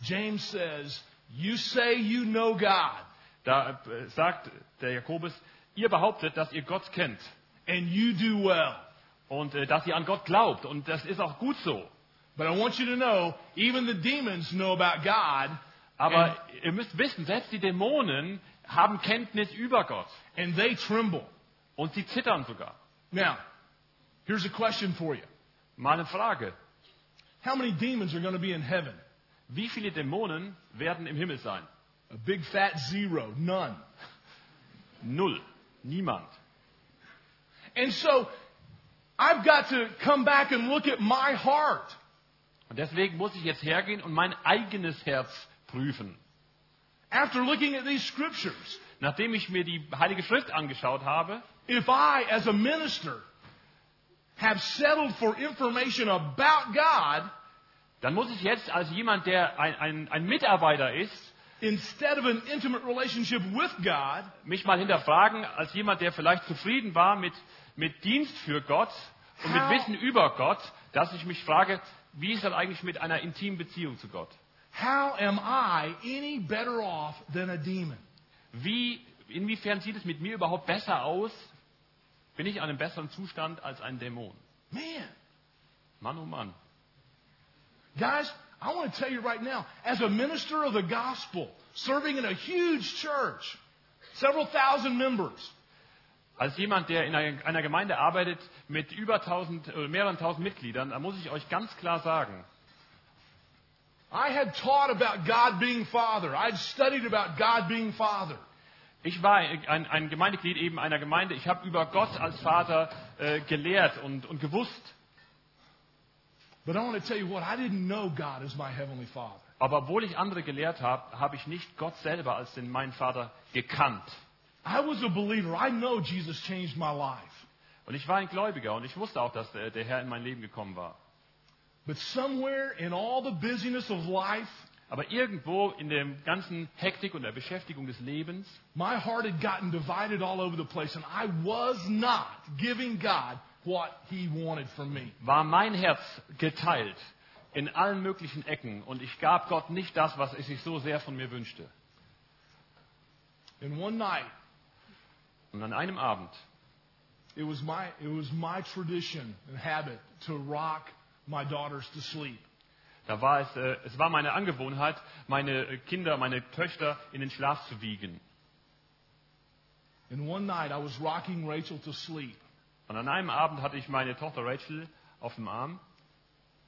S1: James says, You say you know God,
S2: da äh, sagt der Jakobus, ihr behauptet, dass ihr Gott kennt
S1: and you do well.
S2: und äh, dass ihr an Gott glaubt. Und das ist auch gut so.
S1: But I want you to know, even the demons know about God,
S2: Aber ihr müsst wissen, selbst die Dämonen haben Kenntnis über Gott.
S1: and they tremble.
S2: Und sie zittern sogar.
S1: Now, here's a question for you
S2: Mal eine Frage.
S1: How many demons are going to be in heaven?
S2: Wie viele Dämonen werden im Himmel sein?
S1: A big fat zero, none.
S2: Null. Niemand.
S1: And so I've got to come back and look at my heart.
S2: Und deswegen muss ich jetzt hergehen und mein eigenes Herz prüfen.
S1: After looking at these scriptures,
S2: Nachdem ich mir die Heilige Schrift angeschaut habe,
S1: if I, as a minister, have settled for information about God
S2: dann muss ich jetzt als jemand, der ein, ein, ein Mitarbeiter ist,
S1: instead of an intimate relationship with God,
S2: mich mal hinterfragen, als jemand, der vielleicht zufrieden war mit, mit Dienst für Gott und mit
S1: How-
S2: Wissen über Gott, dass ich mich frage, wie ist das eigentlich mit einer intimen Beziehung zu Gott?
S1: how am I any better off than a demon?
S2: Wie, inwiefern sieht es mit mir überhaupt besser aus? Bin ich in einem besseren Zustand als ein Dämon?
S1: Man,
S2: Mann, oh Mann.
S1: guys, I want to tell you right now, as a minister of the gospel, serving in a huge church, several thousand members,
S2: Als jemand, der in einer einer Gemeinde arbeitet mit über 1000, äh, mehreren tausend Mitgliedern, da muss ich euch ganz klar sagen,
S1: I had taught about God being Father. I'd studied about God being Father.
S2: ich war ein, ein Gemeindeglied eben einer Gemeinde, ich habe über Gott als Vater äh, gelehrt und, und gewusst.
S1: But I want to tell you what, I didn't know God as my Heavenly Father.
S2: Aber obwohl ich andere gelehrt habe, habe ich nicht Gott selber als den meinen Vater gekannt.
S1: I was a believer. I know Jesus changed my life.
S2: Und ich war ein Gläubiger und ich wusste auch, dass der, der Herr in mein Leben gekommen war.
S1: But somewhere in all the busyness of life,
S2: Aber irgendwo in der ganzen Hektik und der Beschäftigung des Lebens
S1: my heart had gotten divided all over the place, and I was not giving God what He wanted from me.
S2: war mein Herz geteilt in allen möglichen Ecken und ich gab Gott nicht das, was er sich so sehr von mir wünschte.
S1: And one night,
S2: Und an einem Abend,
S1: it was my, it was my tradition and habit to rock my daughters to sleep.
S2: da war es, äh, es war meine Angewohnheit, meine äh, Kinder, meine Töchter in den Schlaf zu wiegen.
S1: And one night, I was rocking Rachel to sleep.
S2: Und an einem Abend hatte ich meine Tochter Rachel auf dem Arm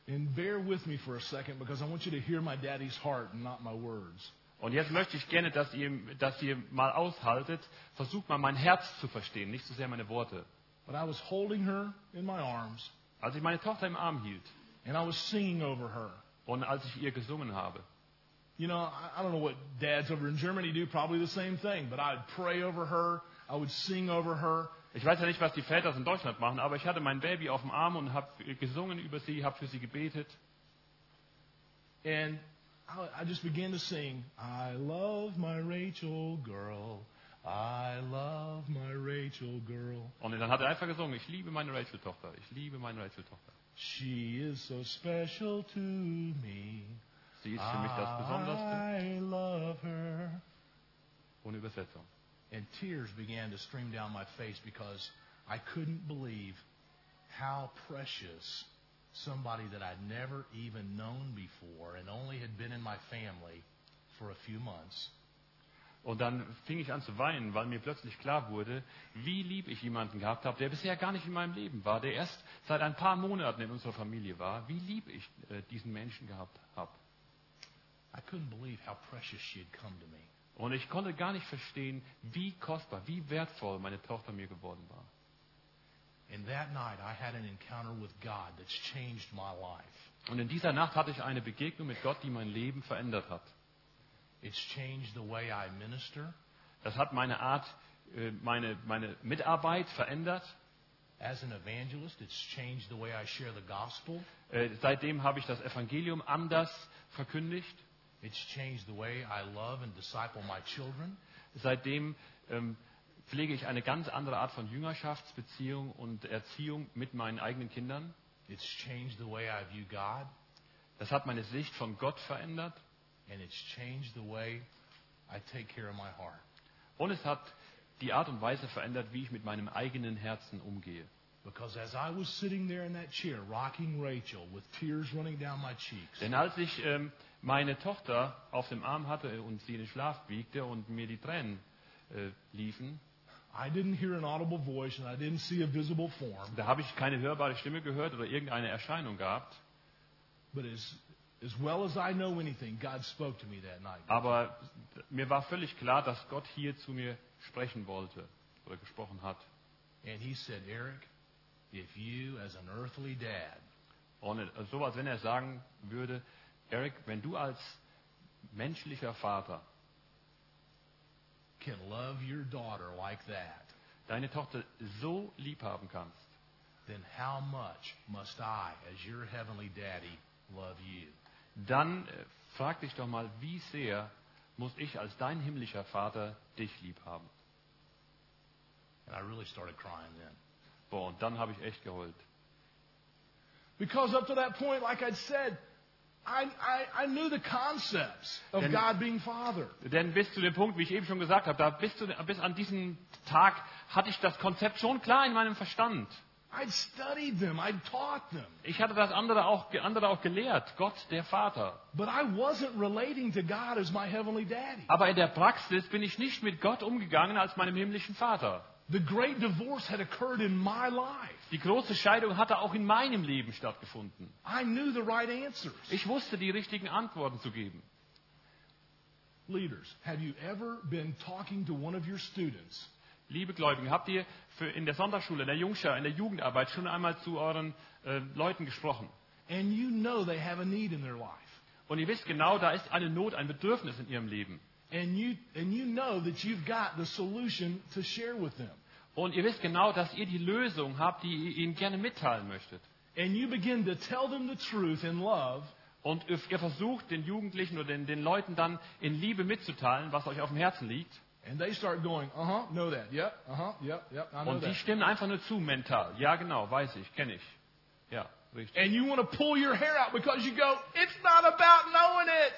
S1: And bear with me for a second because I want you to hear my daddy's heart and not my words.
S2: Und jetzt möchte ich gerne, dass ihr, dass ihr mal aushaltet. Versucht mal, mein Herz zu verstehen, nicht so sehr meine Worte.
S1: But I was holding her in my arms
S2: Als ich meine Tochter im Arm hielt
S1: and I was singing over her.
S2: und als ich ihr gesungen habe.
S1: You know, I I don't know what dads over in Germany do, probably the same thing, but I would pray over her, I would sing over her,
S2: Ich weiß ja nicht, was die Väter in Deutschland machen, aber ich hatte mein Baby auf dem Arm und habe gesungen über sie, habe für sie gebetet.
S1: and I, I just began to sing, I love my Rachel girl, I love my Rachel girl.
S2: Und dann hat er einfach gesungen, ich liebe meine Rachel-Tochter, ich liebe meine Rachel-Tochter.
S1: She is so special to me.
S2: Sie ist für mich
S1: Ah.
S2: das Besonderste
S1: I love her.
S2: ohne Übersetzung.
S1: And tears began to stream down my face because I couldn't believe how precious somebody that I'd never even known before and only had been in my family for a few months.
S2: Und dann fing ich an zu weinen, weil mir plötzlich klar wurde, wie lieb ich jemanden gehabt habe, der bisher gar nicht in meinem Leben war, der erst seit ein paar Monaten in unserer Familie war, wie lieb ich äh, diesen Menschen gehabt habe.
S1: I couldn't believe how precious she had come to me.
S2: Und ich konnte gar nicht verstehen, wie kostbar, wie wertvoll meine Tochter mir geworden war.
S1: And that night I had an encounter with God that's changed my life.
S2: Und in dieser Nacht hatte ich eine Begegnung mit Gott, die mein Leben verändert hat.
S1: It's changed the way I minister.
S2: Das hat meine Art, äh, meine, meine Mitarbeit verändert.
S1: As an evangelist, it's changed the way I share the gospel.
S2: Äh, Seitdem habe ich das Evangelium anders verkündigt.
S1: It's changed the way I love and disciple my children.
S2: Seitdem ähm, pflege ich eine ganz andere Art von Jüngerschaftsbeziehung und Erziehung mit meinen eigenen Kindern.
S1: It's changed the way I view God,
S2: Das hat meine Sicht von Gott verändert
S1: and it's changed the way I take care of my heart.
S2: und es hat die Art und Weise verändert, wie ich mit meinem eigenen Herzen umgehe.
S1: Because as I was sitting there in that chair, rocking Rachel with tears running down my cheeks,
S2: Denn als ich ähm, meine Tochter auf dem Arm hatte und sie in den Schlaf wiegte und mir die Tränen äh, liefen,
S1: I didn't hear an audible voice and I didn't see a visible form.
S2: da habe ich keine hörbare Stimme gehört oder irgendeine Erscheinung gehabt.
S1: But as, as well as I know anything, God spoke to me that night.
S2: Aber mir war völlig klar, dass Gott hier zu mir sprechen wollte oder gesprochen hat.
S1: And He said, Eric, if you, as an earthly dad,
S2: Und so, als also wenn er sagen würde, Eric, wenn du als menschlicher Vater
S1: can love your daughter like that,
S2: deine Tochter so lieb haben kannst,
S1: then how much must I, as your heavenly daddy, love you?
S2: dann äh, frag dich doch mal, wie sehr muss ich als dein himmlischer Vater dich lieb haben?
S1: And I really started crying then.
S2: Boah, und dann habe ich echt geheult.
S1: Because up to that point, like I'd said, I, I, I knew the concepts of
S2: Then-
S1: God being Father.
S2: Denn bis zu dem Punkt, wie ich eben schon gesagt habe, da bis, zu, bis an diesem Tag hatte ich das Konzept schon klar in meinem Verstand.
S1: I'd studied them, I'd taught them,
S2: Ich hatte das andere auch, andere auch gelehrt, Gott der Vater.
S1: but I wasn't relating to God as my heavenly daddy.
S2: Aber in der Praxis bin ich nicht mit Gott umgegangen als meinem himmlischen Vater.
S1: The great divorce had occurred in my life.
S2: Die große Scheidung hatte auch in meinem Leben stattgefunden.
S1: I knew the right answers.
S2: Ich wusste, die richtigen Antworten zu geben.
S1: Leaders, have you ever been talking to one of your students
S2: Liebe Gläubigen, habt ihr für in der Sonderschule, in der Jungschar, in der Jugendarbeit schon einmal zu euren äh, Leuten gesprochen?
S1: and you know they have a need in their life?
S2: Und ihr wisst genau, da ist eine Not, ein Bedürfnis in ihrem Leben.
S1: and you and you know that you've got the solution to share with them
S2: Und ihr wisst genau, dass ihr die Lösung habt, die ihr ihnen gerne mitteilen möchtet.
S1: and you begin to tell them the truth in love
S2: Und ihr versucht, den Jugendlichen oder den, den Leuten dann in Liebe mitzuteilen, was euch auf dem Herzen liegt.
S1: and they start going uh-huh know that yep uh-huh yep yep i know
S2: Und die
S1: that
S2: stimmen einfach nur zu mental. Ja, genau, weiß ich, kenne ich. Ja, richtig.
S1: and you want to pull your hair out because you go it's not about knowing it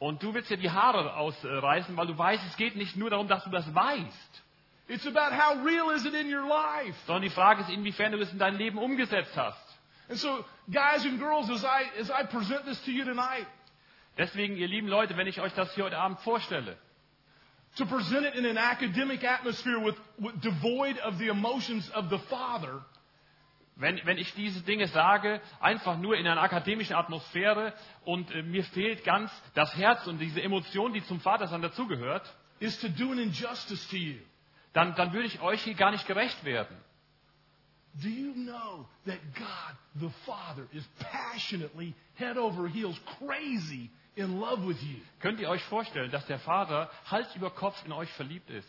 S2: Und du willst dir die Haare ausreißen, weil du weißt, es geht nicht nur darum, dass du das weißt,
S1: it's about how real is it in your life
S2: sondern die Frage ist, inwiefern du es in dein Leben umgesetzt hast.
S1: and so guys and girls as i as i present this to you tonight
S2: Deswegen, ihr lieben Leute, wenn ich euch das hier heute Abend vorstelle,
S1: to present it in an academic atmosphere with, with devoid of the emotions of the father
S2: Wenn, wenn ich diese Dinge sage, einfach nur in einer akademischen Atmosphäre und äh, mir fehlt ganz das Herz und diese Emotion, die zum Vatersein dazugehört,
S1: is to do an injustice to you.
S2: dann, dann würde ich euch hier gar nicht gerecht werden.
S1: Do you know that God the Father is passionately, head over heels, crazy in love with you?
S2: Könnt ihr euch vorstellen, dass der Vater Hals über Kopf in euch verliebt ist?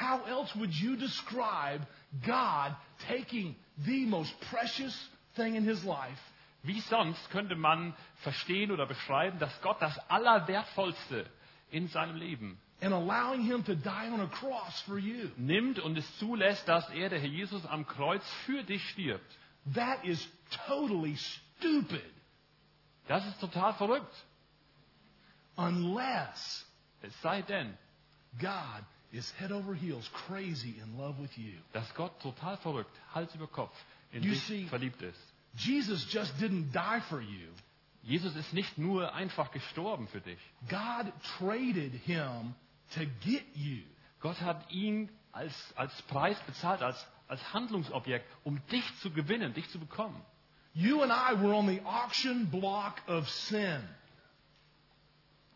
S1: How else would you describe God taking the most precious thing in his life
S2: Wie sonst könnte man verstehen oder beschreiben, dass Gott das Allerwertvollste in seinem Leben
S1: and allowing him to die on a cross for you?
S2: nimmt und es zulässt, dass er, der Herr Jesus, am Kreuz für dich stirbt?
S1: That is totally stupid
S2: Das ist total verrückt.
S1: unless
S2: Es sei denn,
S1: God is head over heels crazy in love with you.
S2: dass Gott total verrückt, Hals über Kopf, in
S1: You
S2: dich
S1: see-
S2: verliebt ist.
S1: Jesus just didn't die for you.
S2: Jesus ist nicht nur einfach gestorben für dich.
S1: God traded him to get you.
S2: Gott hat ihn als, als Preis bezahlt, als, als Handlungsobjekt, um dich zu gewinnen, dich zu bekommen.
S1: You and I were on the auction block of sin.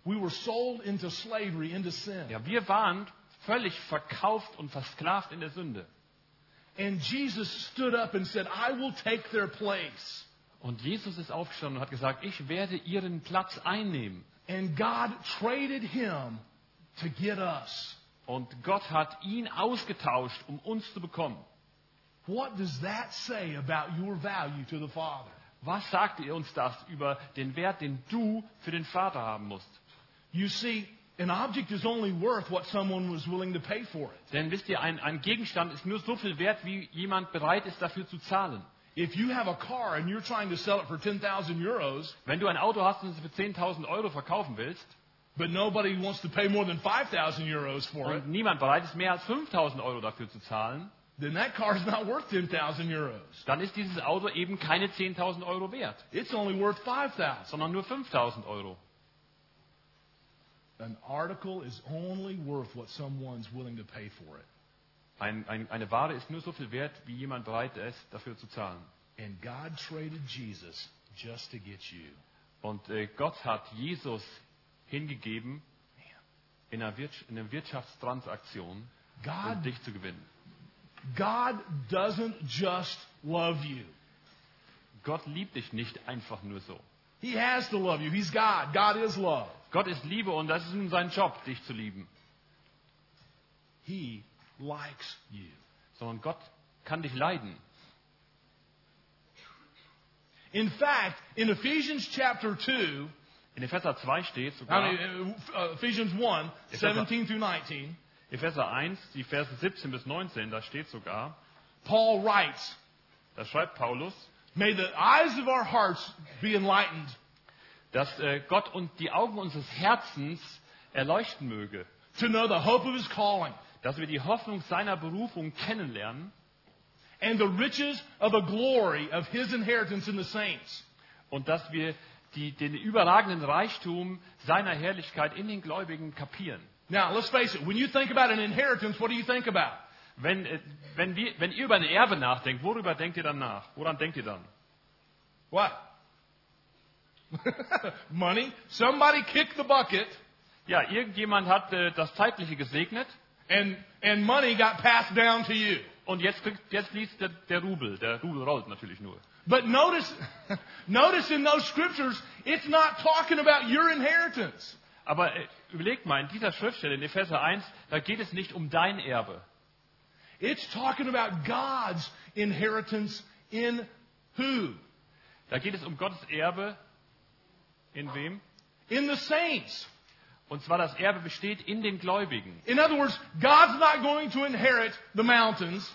S1: We were sold into slavery, into sin.
S2: Ja, wir waren völlig verkauft und versklavt in der Sünde.
S1: And Jesus stood up and said, I will take their place.
S2: Und Jesus ist aufgestanden und hat gesagt, ich werde ihren Platz einnehmen.
S1: And God traded him to get us.
S2: Und Gott hat ihn ausgetauscht, um uns zu bekommen.
S1: What does that say about your value to the Father?
S2: Was sagt ihr uns das über den Wert, den du für den Vater haben musst?
S1: You see, an object is only worth what someone was willing to pay for it.
S2: Denn wisst ihr, ein, ein Gegenstand ist nur so viel wert, wie jemand bereit ist, dafür zu zahlen.
S1: If you have a car and you're trying to sell it for 10,000 euros,
S2: Wenn du ein Auto hast und es für 10.000 Euro verkaufen willst
S1: but nobody wants to pay more than 5,000 euros for it,
S2: und niemand bereit ist, mehr als 5.000 Euro dafür zu zahlen,
S1: then that car's not worth 10,000 euros.
S2: dann ist dieses Auto eben keine 10.000 Euro wert,
S1: It's only worth 5,000.
S2: sondern nur 5.000 Euro.
S1: An article is only worth what someone's willing to pay for it.
S2: Ein, ein, eine Ware ist nur so viel wert, wie jemand bereit ist, dafür zu zahlen.
S1: And God traded Jesus just to get you.
S2: Und äh, Gott hat Jesus hingegeben in einer, Wirtsch- in einer Wirtschaftstransaktion, um
S1: God,
S2: dich zu gewinnen.
S1: God doesn't just love you.
S2: Gott liebt dich nicht einfach nur so.
S1: He has to love you. He's God. God is love.
S2: Gott ist Liebe und das ist nun sein Job, dich zu lieben.
S1: He likes you.
S2: Sondern Gott kann dich leiden.
S1: In fact, in Ephesians chapter 2,
S2: In Epheser 2 steht
S1: I
S2: sogar,
S1: mean, uh, Ephesians 1,
S2: Yes, sir.
S1: 17 through 19,
S2: Epheser 1, die Verse 17 bis 19, da steht sogar,
S1: Paul writes,
S2: da schreibt Paulus,
S1: May the eyes of our hearts be enlightened,
S2: dass äh, Gott und die Augen unseres Herzens erleuchten möge,
S1: to know the hope of his calling,
S2: dass wir die Hoffnung seiner Berufung kennenlernen
S1: and the riches of the glory of his inheritance in the saints.
S2: und dass wir die, den überragenden Reichtum seiner Herrlichkeit in den Gläubigen kapieren.
S1: Now, let's face it, when you think about an inheritance, what do you think about?
S2: Wenn, äh, wenn, wir, wenn ihr über ein Erbe nachdenkt, worüber denkt ihr dann nach? Woran denkt ihr dann?
S1: What? Money. Somebody kicked the bucket,
S2: Ja, irgendjemand hat äh, das Zeitliche gesegnet
S1: and, and money got passed down to you.
S2: und jetzt, kriegt, jetzt fließt der, der Rubel. Der Rubel rollt natürlich nur.
S1: But notice, notice in those scriptures, it's not talking about your inheritance.
S2: Aber äh, überlegt mal, in dieser Schriftstelle in Epheser 1, da geht es nicht um dein Erbe,
S1: It's talking about God's inheritance in who?
S2: Da geht es um Gottes Erbe. In wem?
S1: In the saints.
S2: Und zwar das Erbe besteht in den Gläubigen.
S1: In other words, God's not going to inherit the mountains.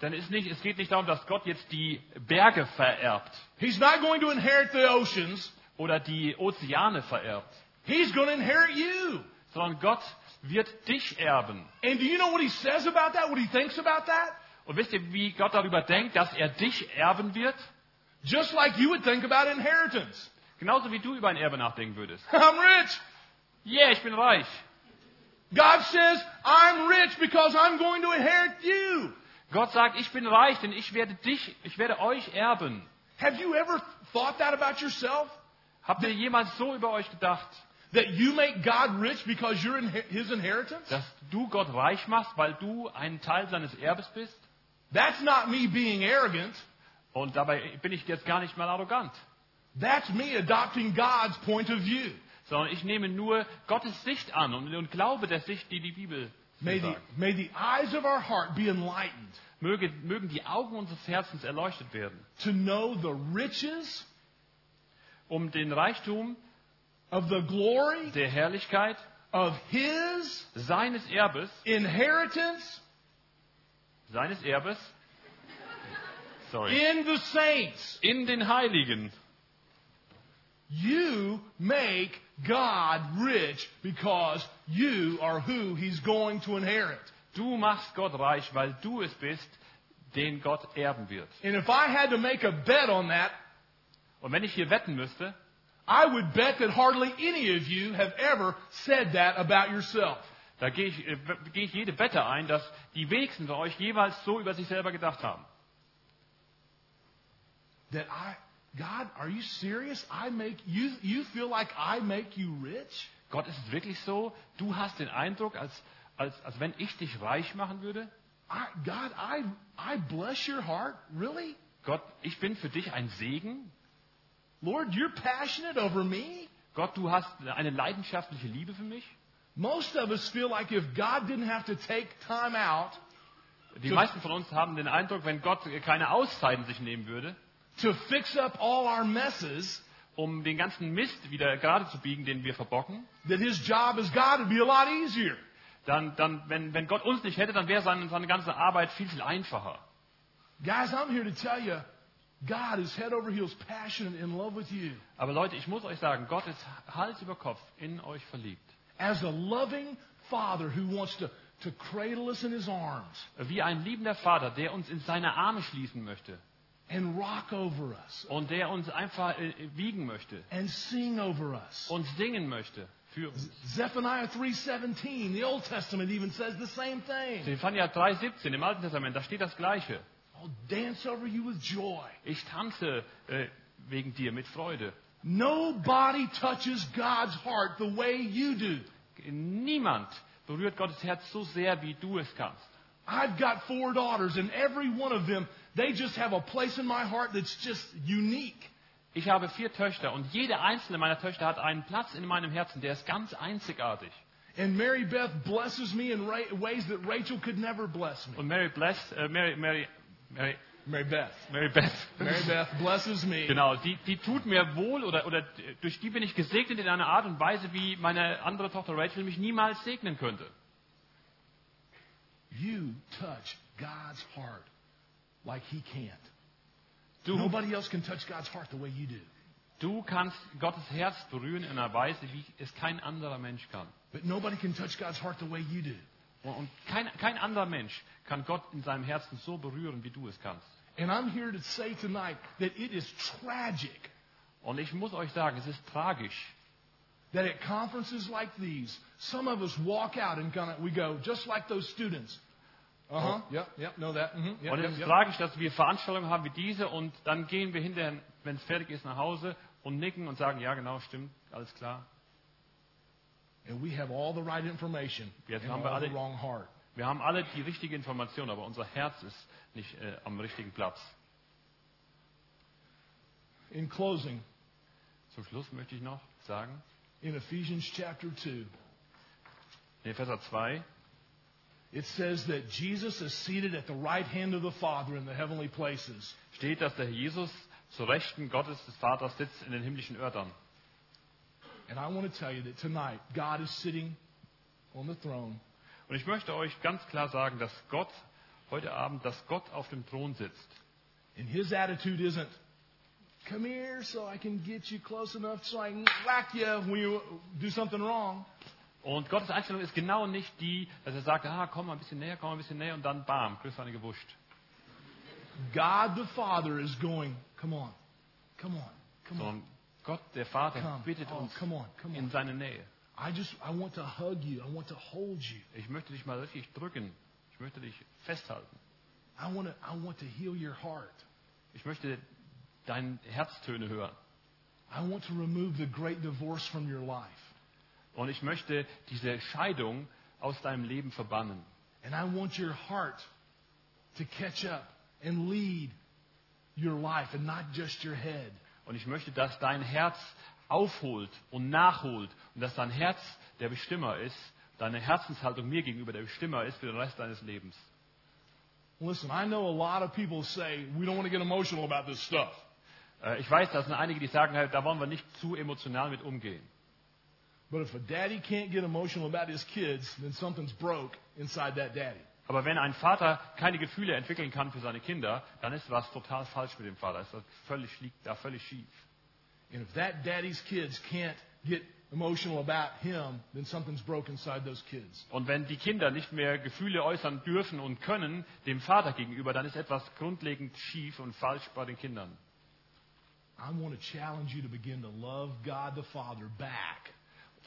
S2: Dann ist nicht, es geht nicht darum, dass Gott jetzt die Berge vererbt
S1: He's not going to inherit the oceans.
S2: oder die Ozeane vererbt,
S1: He's going to inherit you.
S2: sondern Gott wird dich erben.
S1: And do you know what he says about that? What he thinks about that?
S2: Und wisst ihr, wie Gott darüber denkt, dass er dich erben wird?
S1: Just like you would think about inheritance.
S2: Genauso wie du über ein Erbe nachdenken würdest.
S1: I'm rich.
S2: Yeah, ich bin reich.
S1: God says, I'm rich because I'm going to inherit you.
S2: Gott sagt, ich bin reich, denn ich werde dich, ich werde euch erben.
S1: Have you ever thought that about yourself?
S2: Habt ihr jemals so über euch gedacht,
S1: That you make God rich because you're in his inheritance?
S2: dass du Gott reich machst, weil du ein Teil seines Erbes bist?
S1: That's not me being arrogant.
S2: Und dabei bin ich jetzt gar nicht mal arrogant,
S1: That's me adopting God's point of view.
S2: sondern ich nehme nur Gottes Sicht an und, und glaube der Sicht, die die Bibel
S1: May the,
S2: sagt.
S1: may the eyes of our heart be enlightened
S2: Möge, mögen die Augen unseres Herzens erleuchtet werden,
S1: to know the riches
S2: um den Reichtum
S1: of the glory
S2: der Herrlichkeit
S1: of his
S2: seines Erbes,
S1: inheritance
S2: seines Erbes, sorry,
S1: in the saints.
S2: in den Heiligen.
S1: You make God rich because you are who he's going to inherit.
S2: Du machst Gott reich, weil du es bist, den Gott erben wird.
S1: And if I had to make a bet on that,
S2: Und wenn ich hier wetten müsste,
S1: I would bet that hardly any of you have ever said that about yourself.
S2: da gehe ich, äh, w- gehe ich jede Wette ein, dass die wenigsten von euch jeweils so über sich selber gedacht haben.
S1: That I, God, are you serious? I make you. You feel like I make you rich?
S2: Gott, ist es wirklich so? Du hast den Eindruck, als, als, als wenn ich dich reich machen würde?
S1: I, God, I, I bless your heart, really,
S2: Gott, ich bin für dich ein Segen?
S1: Lord. You're passionate over me.
S2: Gott, du hast eine leidenschaftliche Liebe für mich?
S1: Most of us feel like if God didn't have to take time out
S2: Die meisten von uns haben den Eindruck, wenn Gott keine Auszeiten sich nehmen würde,
S1: to fix up all our messes,
S2: um den ganzen Mist wieder gerade zu biegen, den wir verbocken,
S1: that His job as God would be a lot easier.
S2: dann, dann wenn, wenn Gott uns nicht hätte, dann wäre seine, seine ganze Arbeit viel, viel einfacher.
S1: Guys, I'm here to tell you, God is head over heels passionate in love with you.
S2: Aber Leute, ich muss euch sagen, Gott ist Hals über Kopf in euch verliebt.
S1: as a loving father who wants to, to cradle us in his arms
S2: Wie ein liebender Vater, der uns in seine Arme schließen möchte
S1: and rock over us
S2: und der uns einfach äh, wiegen möchte
S1: and sing over us.
S2: und singen möchte für uns.
S1: Zephaniah 3:17, the Old Testament even says the same thing.
S2: Stefania 3,17 im Alten Testament, da steht das Gleiche.
S1: I'll dance over you with joy.
S2: Ich tanze äh, wegen dir mit Freude.
S1: Nobody touches God's heart the way you do.
S2: Niemand berührt Gottes Herz so sehr, wie du es kannst.
S1: I've got four daughters and every one of them, they just have a place in my heart that's just unique.
S2: Ich habe vier Töchter und jede einzelne meiner Töchter hat einen Platz in meinem Herzen, der ist ganz einzigartig.
S1: And Mary Beth blesses me in ra- ways that Rachel could never bless me.
S2: Und Mary Bless, äh, Mary, Mary, Mary,
S1: Mary Beth.
S2: Mary Beth,
S1: Mary Beth blesses me.
S2: genau, die, die tut mir wohl oder, oder durch die bin ich gesegnet in einer Art und Weise, wie meine andere Tochter Rachel mich niemals segnen könnte.
S1: You touch God's heart like He can't.
S2: Du,
S1: Nobody else can touch God's heart the way you do.
S2: du kannst Gottes Herz berühren in einer Weise, wie es kein anderer Mensch kann.
S1: But nobody can touch God's heart the way you do.
S2: Und- Und kein, kein anderer Mensch kann Gott in seinem Herzen so berühren, wie du es kannst.
S1: And I'm here to say tonight that it is tragic
S2: Und ich muss euch sagen, es ist tragisch,
S1: that at conferences like these, some of us walk out and kinda, we go, just like those students. Uh huh. Yep, yep, know that. mhm, yep,
S2: Und es
S1: yep,
S2: ist
S1: yep.
S2: tragisch, dass wir Veranstaltungen haben wie diese und dann gehen wir hinterher, wenn es fertig ist, nach Hause und nicken und sagen, ja genau, stimmt, alles klar.
S1: And we have all the right information
S2: Jetzt
S1: and
S2: haben wir
S1: all the
S2: alle-
S1: wrong heart.
S2: Wir haben alle die richtige Information, aber unser Herz ist nicht äh, am richtigen Platz.
S1: In closing,
S2: Zum Schluss möchte ich noch sagen,
S1: in Ephesians chapter 2,
S2: in Epheser 2,
S1: It says that Jesus is seated at the right hand of the Father in the heavenly places.
S2: steht, dass der Herr Jesus zu Rechten Gottes des Vaters sitzt in den himmlischen Örtern.
S1: And I want to tell you that tonight, God is sitting on the throne
S2: Und ich möchte euch ganz klar sagen, dass Gott heute Abend, dass Gott auf dem Thron sitzt.
S1: and his attitude isn't, come here so I can get you close enough so I can whack you when you do something wrong.
S2: Und Gottes Einstellung ist genau nicht die, dass er sagt, ah, komm mal ein bisschen näher, komm mal ein bisschen näher und dann bam, kriegst du eine gewuscht.
S1: God the Father is going, come on, come on, come on,
S2: Sondern Gott, der Vater,
S1: come,
S2: bittet
S1: oh,
S2: uns
S1: come on, come
S2: in
S1: on.
S2: seine Nähe.
S1: I just, I want to hug you. I want to hold you.
S2: Ich möchte dich mal richtig drücken. Ich möchte dich festhalten.
S1: I want to, I want to heal your heart.
S2: Ich möchte deine Herztöne hören.
S1: I want to remove the great divorce from your life.
S2: Und ich möchte diese Scheidung aus deinem Leben verbannen.
S1: And I want your heart to catch up and lead your life and not just your head.
S2: Und ich möchte, dass dein Herz aufholt und nachholt und dass dein Herz der Bestimmer ist, deine Herzenshaltung mir gegenüber der Bestimmer ist für den Rest deines Lebens.
S1: Listen, I know a lot of people say we don't want to get emotional about this stuff.
S2: Äh, Ich weiß, das sind einige, die sagen, halt, da wollen wir nicht zu emotional mit umgehen.
S1: But if a daddy can't get emotional about his kids, then something's broke inside that daddy.
S2: Aber wenn ein Vater keine Gefühle entwickeln kann für seine Kinder, dann ist was total falsch mit dem Vater. Es ist völlig, liegt da völlig schief.
S1: And if that daddy's kids can't get emotional about him, then something's broke inside those kids.
S2: Und wenn die Kinder nicht mehr Gefühle äußern dürfen und können dem Vater gegenüber, dann ist etwas grundlegend schief und falsch bei den Kindern.
S1: I want to challenge you to begin to love God the Father back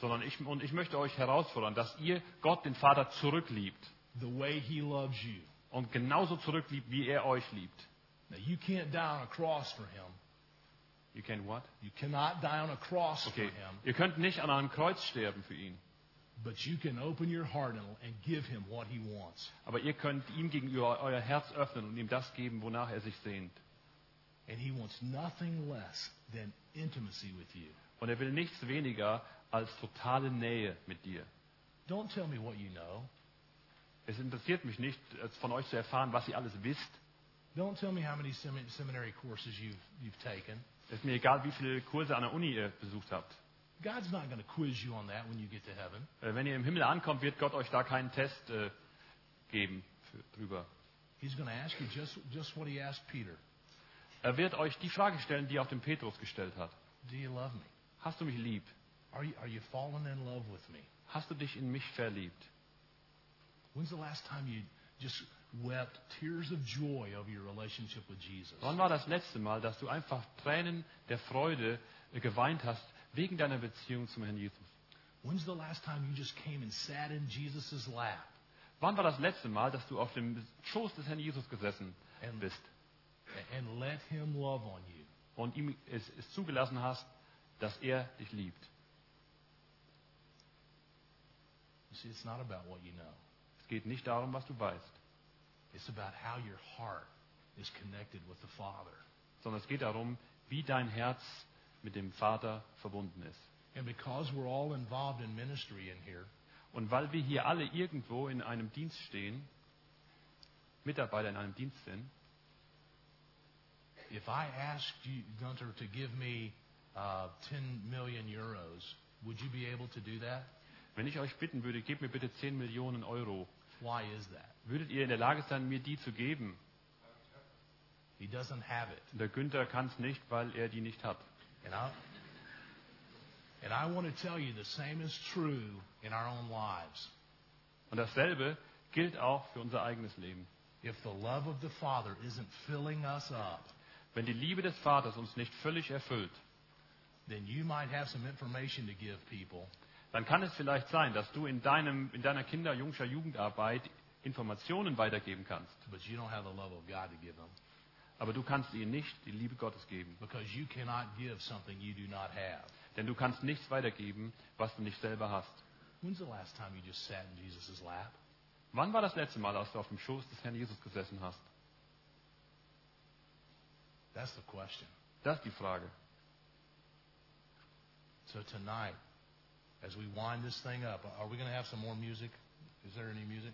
S2: Sondern ich, und ich möchte euch herausfordern, dass ihr Gott, den Vater, zurückliebt.
S1: the way he loves you.
S2: Und genauso zurückliebt, wie er euch liebt.
S1: Now, you can't die on a cross for him.
S2: You can what?
S1: You cannot die on a cross for
S2: Okay.
S1: him,
S2: Ihr könnt nicht an einem Kreuz sterben für ihn.
S1: but you can open your heart and, and give him what he wants.
S2: Aber ihr könnt ihm gegenüber euer Herz öffnen und ihm das geben, wonach er sich sehnt.
S1: And he wants nothing less than intimacy with you.
S2: Und er will nichts weniger als totale Nähe mit dir.
S1: Don't tell me what you know.
S2: Es interessiert mich nicht, äh, von euch zu erfahren, was ihr alles wisst.
S1: Don't tell me how many semin- seminary courses you've, you've taken.
S2: Es ist mir egal, wie viele Kurse an der Uni ihr besucht habt.
S1: God's not going to quiz you on that when you get to heaven.
S2: Äh, Wenn ihr im Himmel ankommt, wird Gott euch da keinen Test äh, geben für, drüber.
S1: He's going to ask you just, just what he asked Peter
S2: Er wird euch die Frage stellen, die er auf dem Petrus gestellt hat.
S1: Do you love me?
S2: Hast du mich lieb?
S1: Are you, are you falling in love with me?
S2: Hast du dich in mich verliebt?
S1: When's the last time you just wept tears of joy over your relationship with Jesus?
S2: Wann war das letzte Mal, dass du einfach Tränen der Freude äh, geweint hast wegen deiner Beziehung zum Herrn Jesus?
S1: When's the last time you just came and sat in Jesus' lap
S2: Wann war das letzte Mal, dass du auf dem Schoß des Herrn Jesus gesessen
S1: and,
S2: bist
S1: and let him love on you?
S2: und ihm es, es zugelassen hast, dass er dich liebt?
S1: You see, it's not about what you know.
S2: Es geht nicht darum, was du weißt.
S1: It's about how your heart is connected with the Father.
S2: sondern es geht darum, wie dein Herz mit dem Vater verbunden ist.
S1: And because we're all involved in ministry in here,
S2: Und weil wir hier alle irgendwo in einem Dienst stehen, Mitarbeiter in einem Dienst sind,
S1: if I asked you, Gunter, to give me uh, 10 million euros, would you be able to do that?
S2: wenn ich euch bitten würde, gebt mir bitte 10 Millionen Euro,
S1: Why is that?
S2: würdet ihr in der Lage sein, mir die zu geben?
S1: He doesn't have it.
S2: Der Günther kann es nicht, weil er die nicht hat.
S1: And I, and I want to tell you the same is true in our own lives.
S2: Und dasselbe gilt auch für unser eigenes Leben.
S1: If the love of the Father isn't filling us up,
S2: Wenn die Liebe des Vaters uns nicht völlig erfüllt,
S1: then you might have some information to give people
S2: dann kann es vielleicht sein, dass du in, deinem, in deiner Kinder-, Jungscher Jugendarbeit Informationen weitergeben kannst.
S1: but you don't have the love of God to give them
S2: Aber du kannst ihnen nicht die Liebe Gottes geben.
S1: because you cannot give something you do not have.
S2: Denn du kannst nichts weitergeben, was du nicht selber hast.
S1: When's the last time you just sat in Jesus' lap?
S2: Wann war das letzte Mal, als du auf dem Schoß des Herrn Jesus gesessen hast?
S1: That's the question.
S2: Das ist die Frage.
S1: So tonight, as we wind this thing up, are we going to have some more music? Is there any music?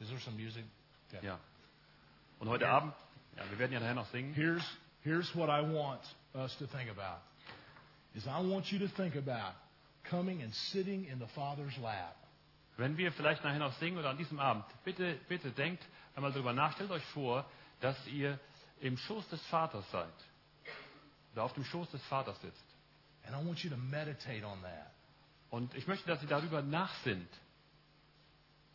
S1: Is there some music?
S2: Ja. Und heute Abend, ja, wir werden ja nachher noch singen.
S1: Here's here's what I want us to think about. Is I want you to think about coming and sitting in the Father's lap.
S2: Wenn wir vielleicht nachher noch singen oder an diesem Abend, bitte, bitte denkt einmal drüber nach. Stellt euch vor, dass ihr im Schoß des Vaters seid. Oder auf dem Schoß des Vaters sitzt.
S1: And I want you to meditate on that.
S2: Und ich möchte, dass ihr darüber nachsinnt.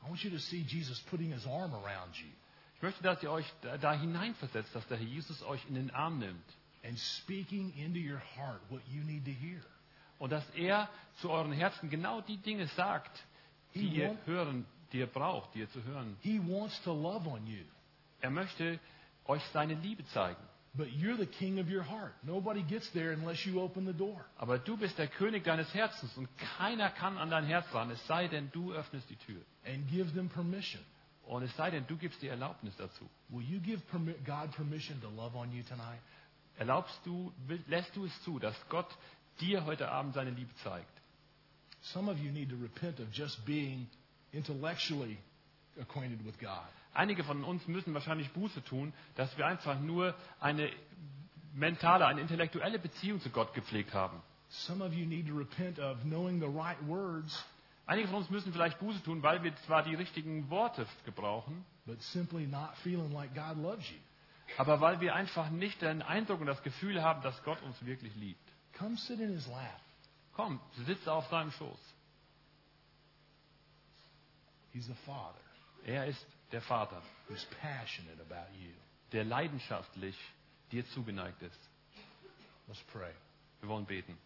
S1: I want you to see Jesus putting his arm around you
S2: Ich möchte, dass ihr euch da, da hineinversetzt, dass der Herr Jesus euch in den Arm nimmt.
S1: and speaking into your heart what you need to hear.
S2: Und dass er zu euren Herzen genau die Dinge sagt, die
S1: He
S2: ihr
S1: want-
S2: hören, die ihr braucht, die ihr zu hören.
S1: He wants to love on you.
S2: Er möchte euch seine Liebe zeigen.
S1: But you're the king of your heart. Nobody gets there unless you open the door.
S2: Aber du bist der König deines Herzens und keiner kann an dein Herz ran, es sei denn, du öffnest die Tür.
S1: and give them permission.
S2: Und es sei denn, du gibst die Erlaubnis dazu.
S1: Will you give permi- God permission to love on you tonight?
S2: Erlaubst du, will- lässt du es zu, dass Gott dir heute Abend seine Liebe zeigt?
S1: Some of you need to repent of just being intellectually acquainted with God.
S2: Einige von uns müssen wahrscheinlich Buße tun, dass wir einfach nur eine mentale, eine intellektuelle Beziehung zu Gott gepflegt haben.
S1: Some of you need to repent of knowing the right words,
S2: Einige von uns müssen vielleicht Buße tun, weil wir zwar die richtigen Worte gebrauchen,
S1: but simply not feeling like God loves you.
S2: aber weil wir einfach nicht den Eindruck und das Gefühl haben, dass Gott uns wirklich liebt.
S1: Come sit in His lap.
S2: Komm, sitz auf seinem Schoß.
S1: He's a Father
S2: Er ist der Vater,
S1: who's passionate about you.
S2: der leidenschaftlich dir zugeneigt ist.
S1: Let's pray.
S2: Wir wollen beten.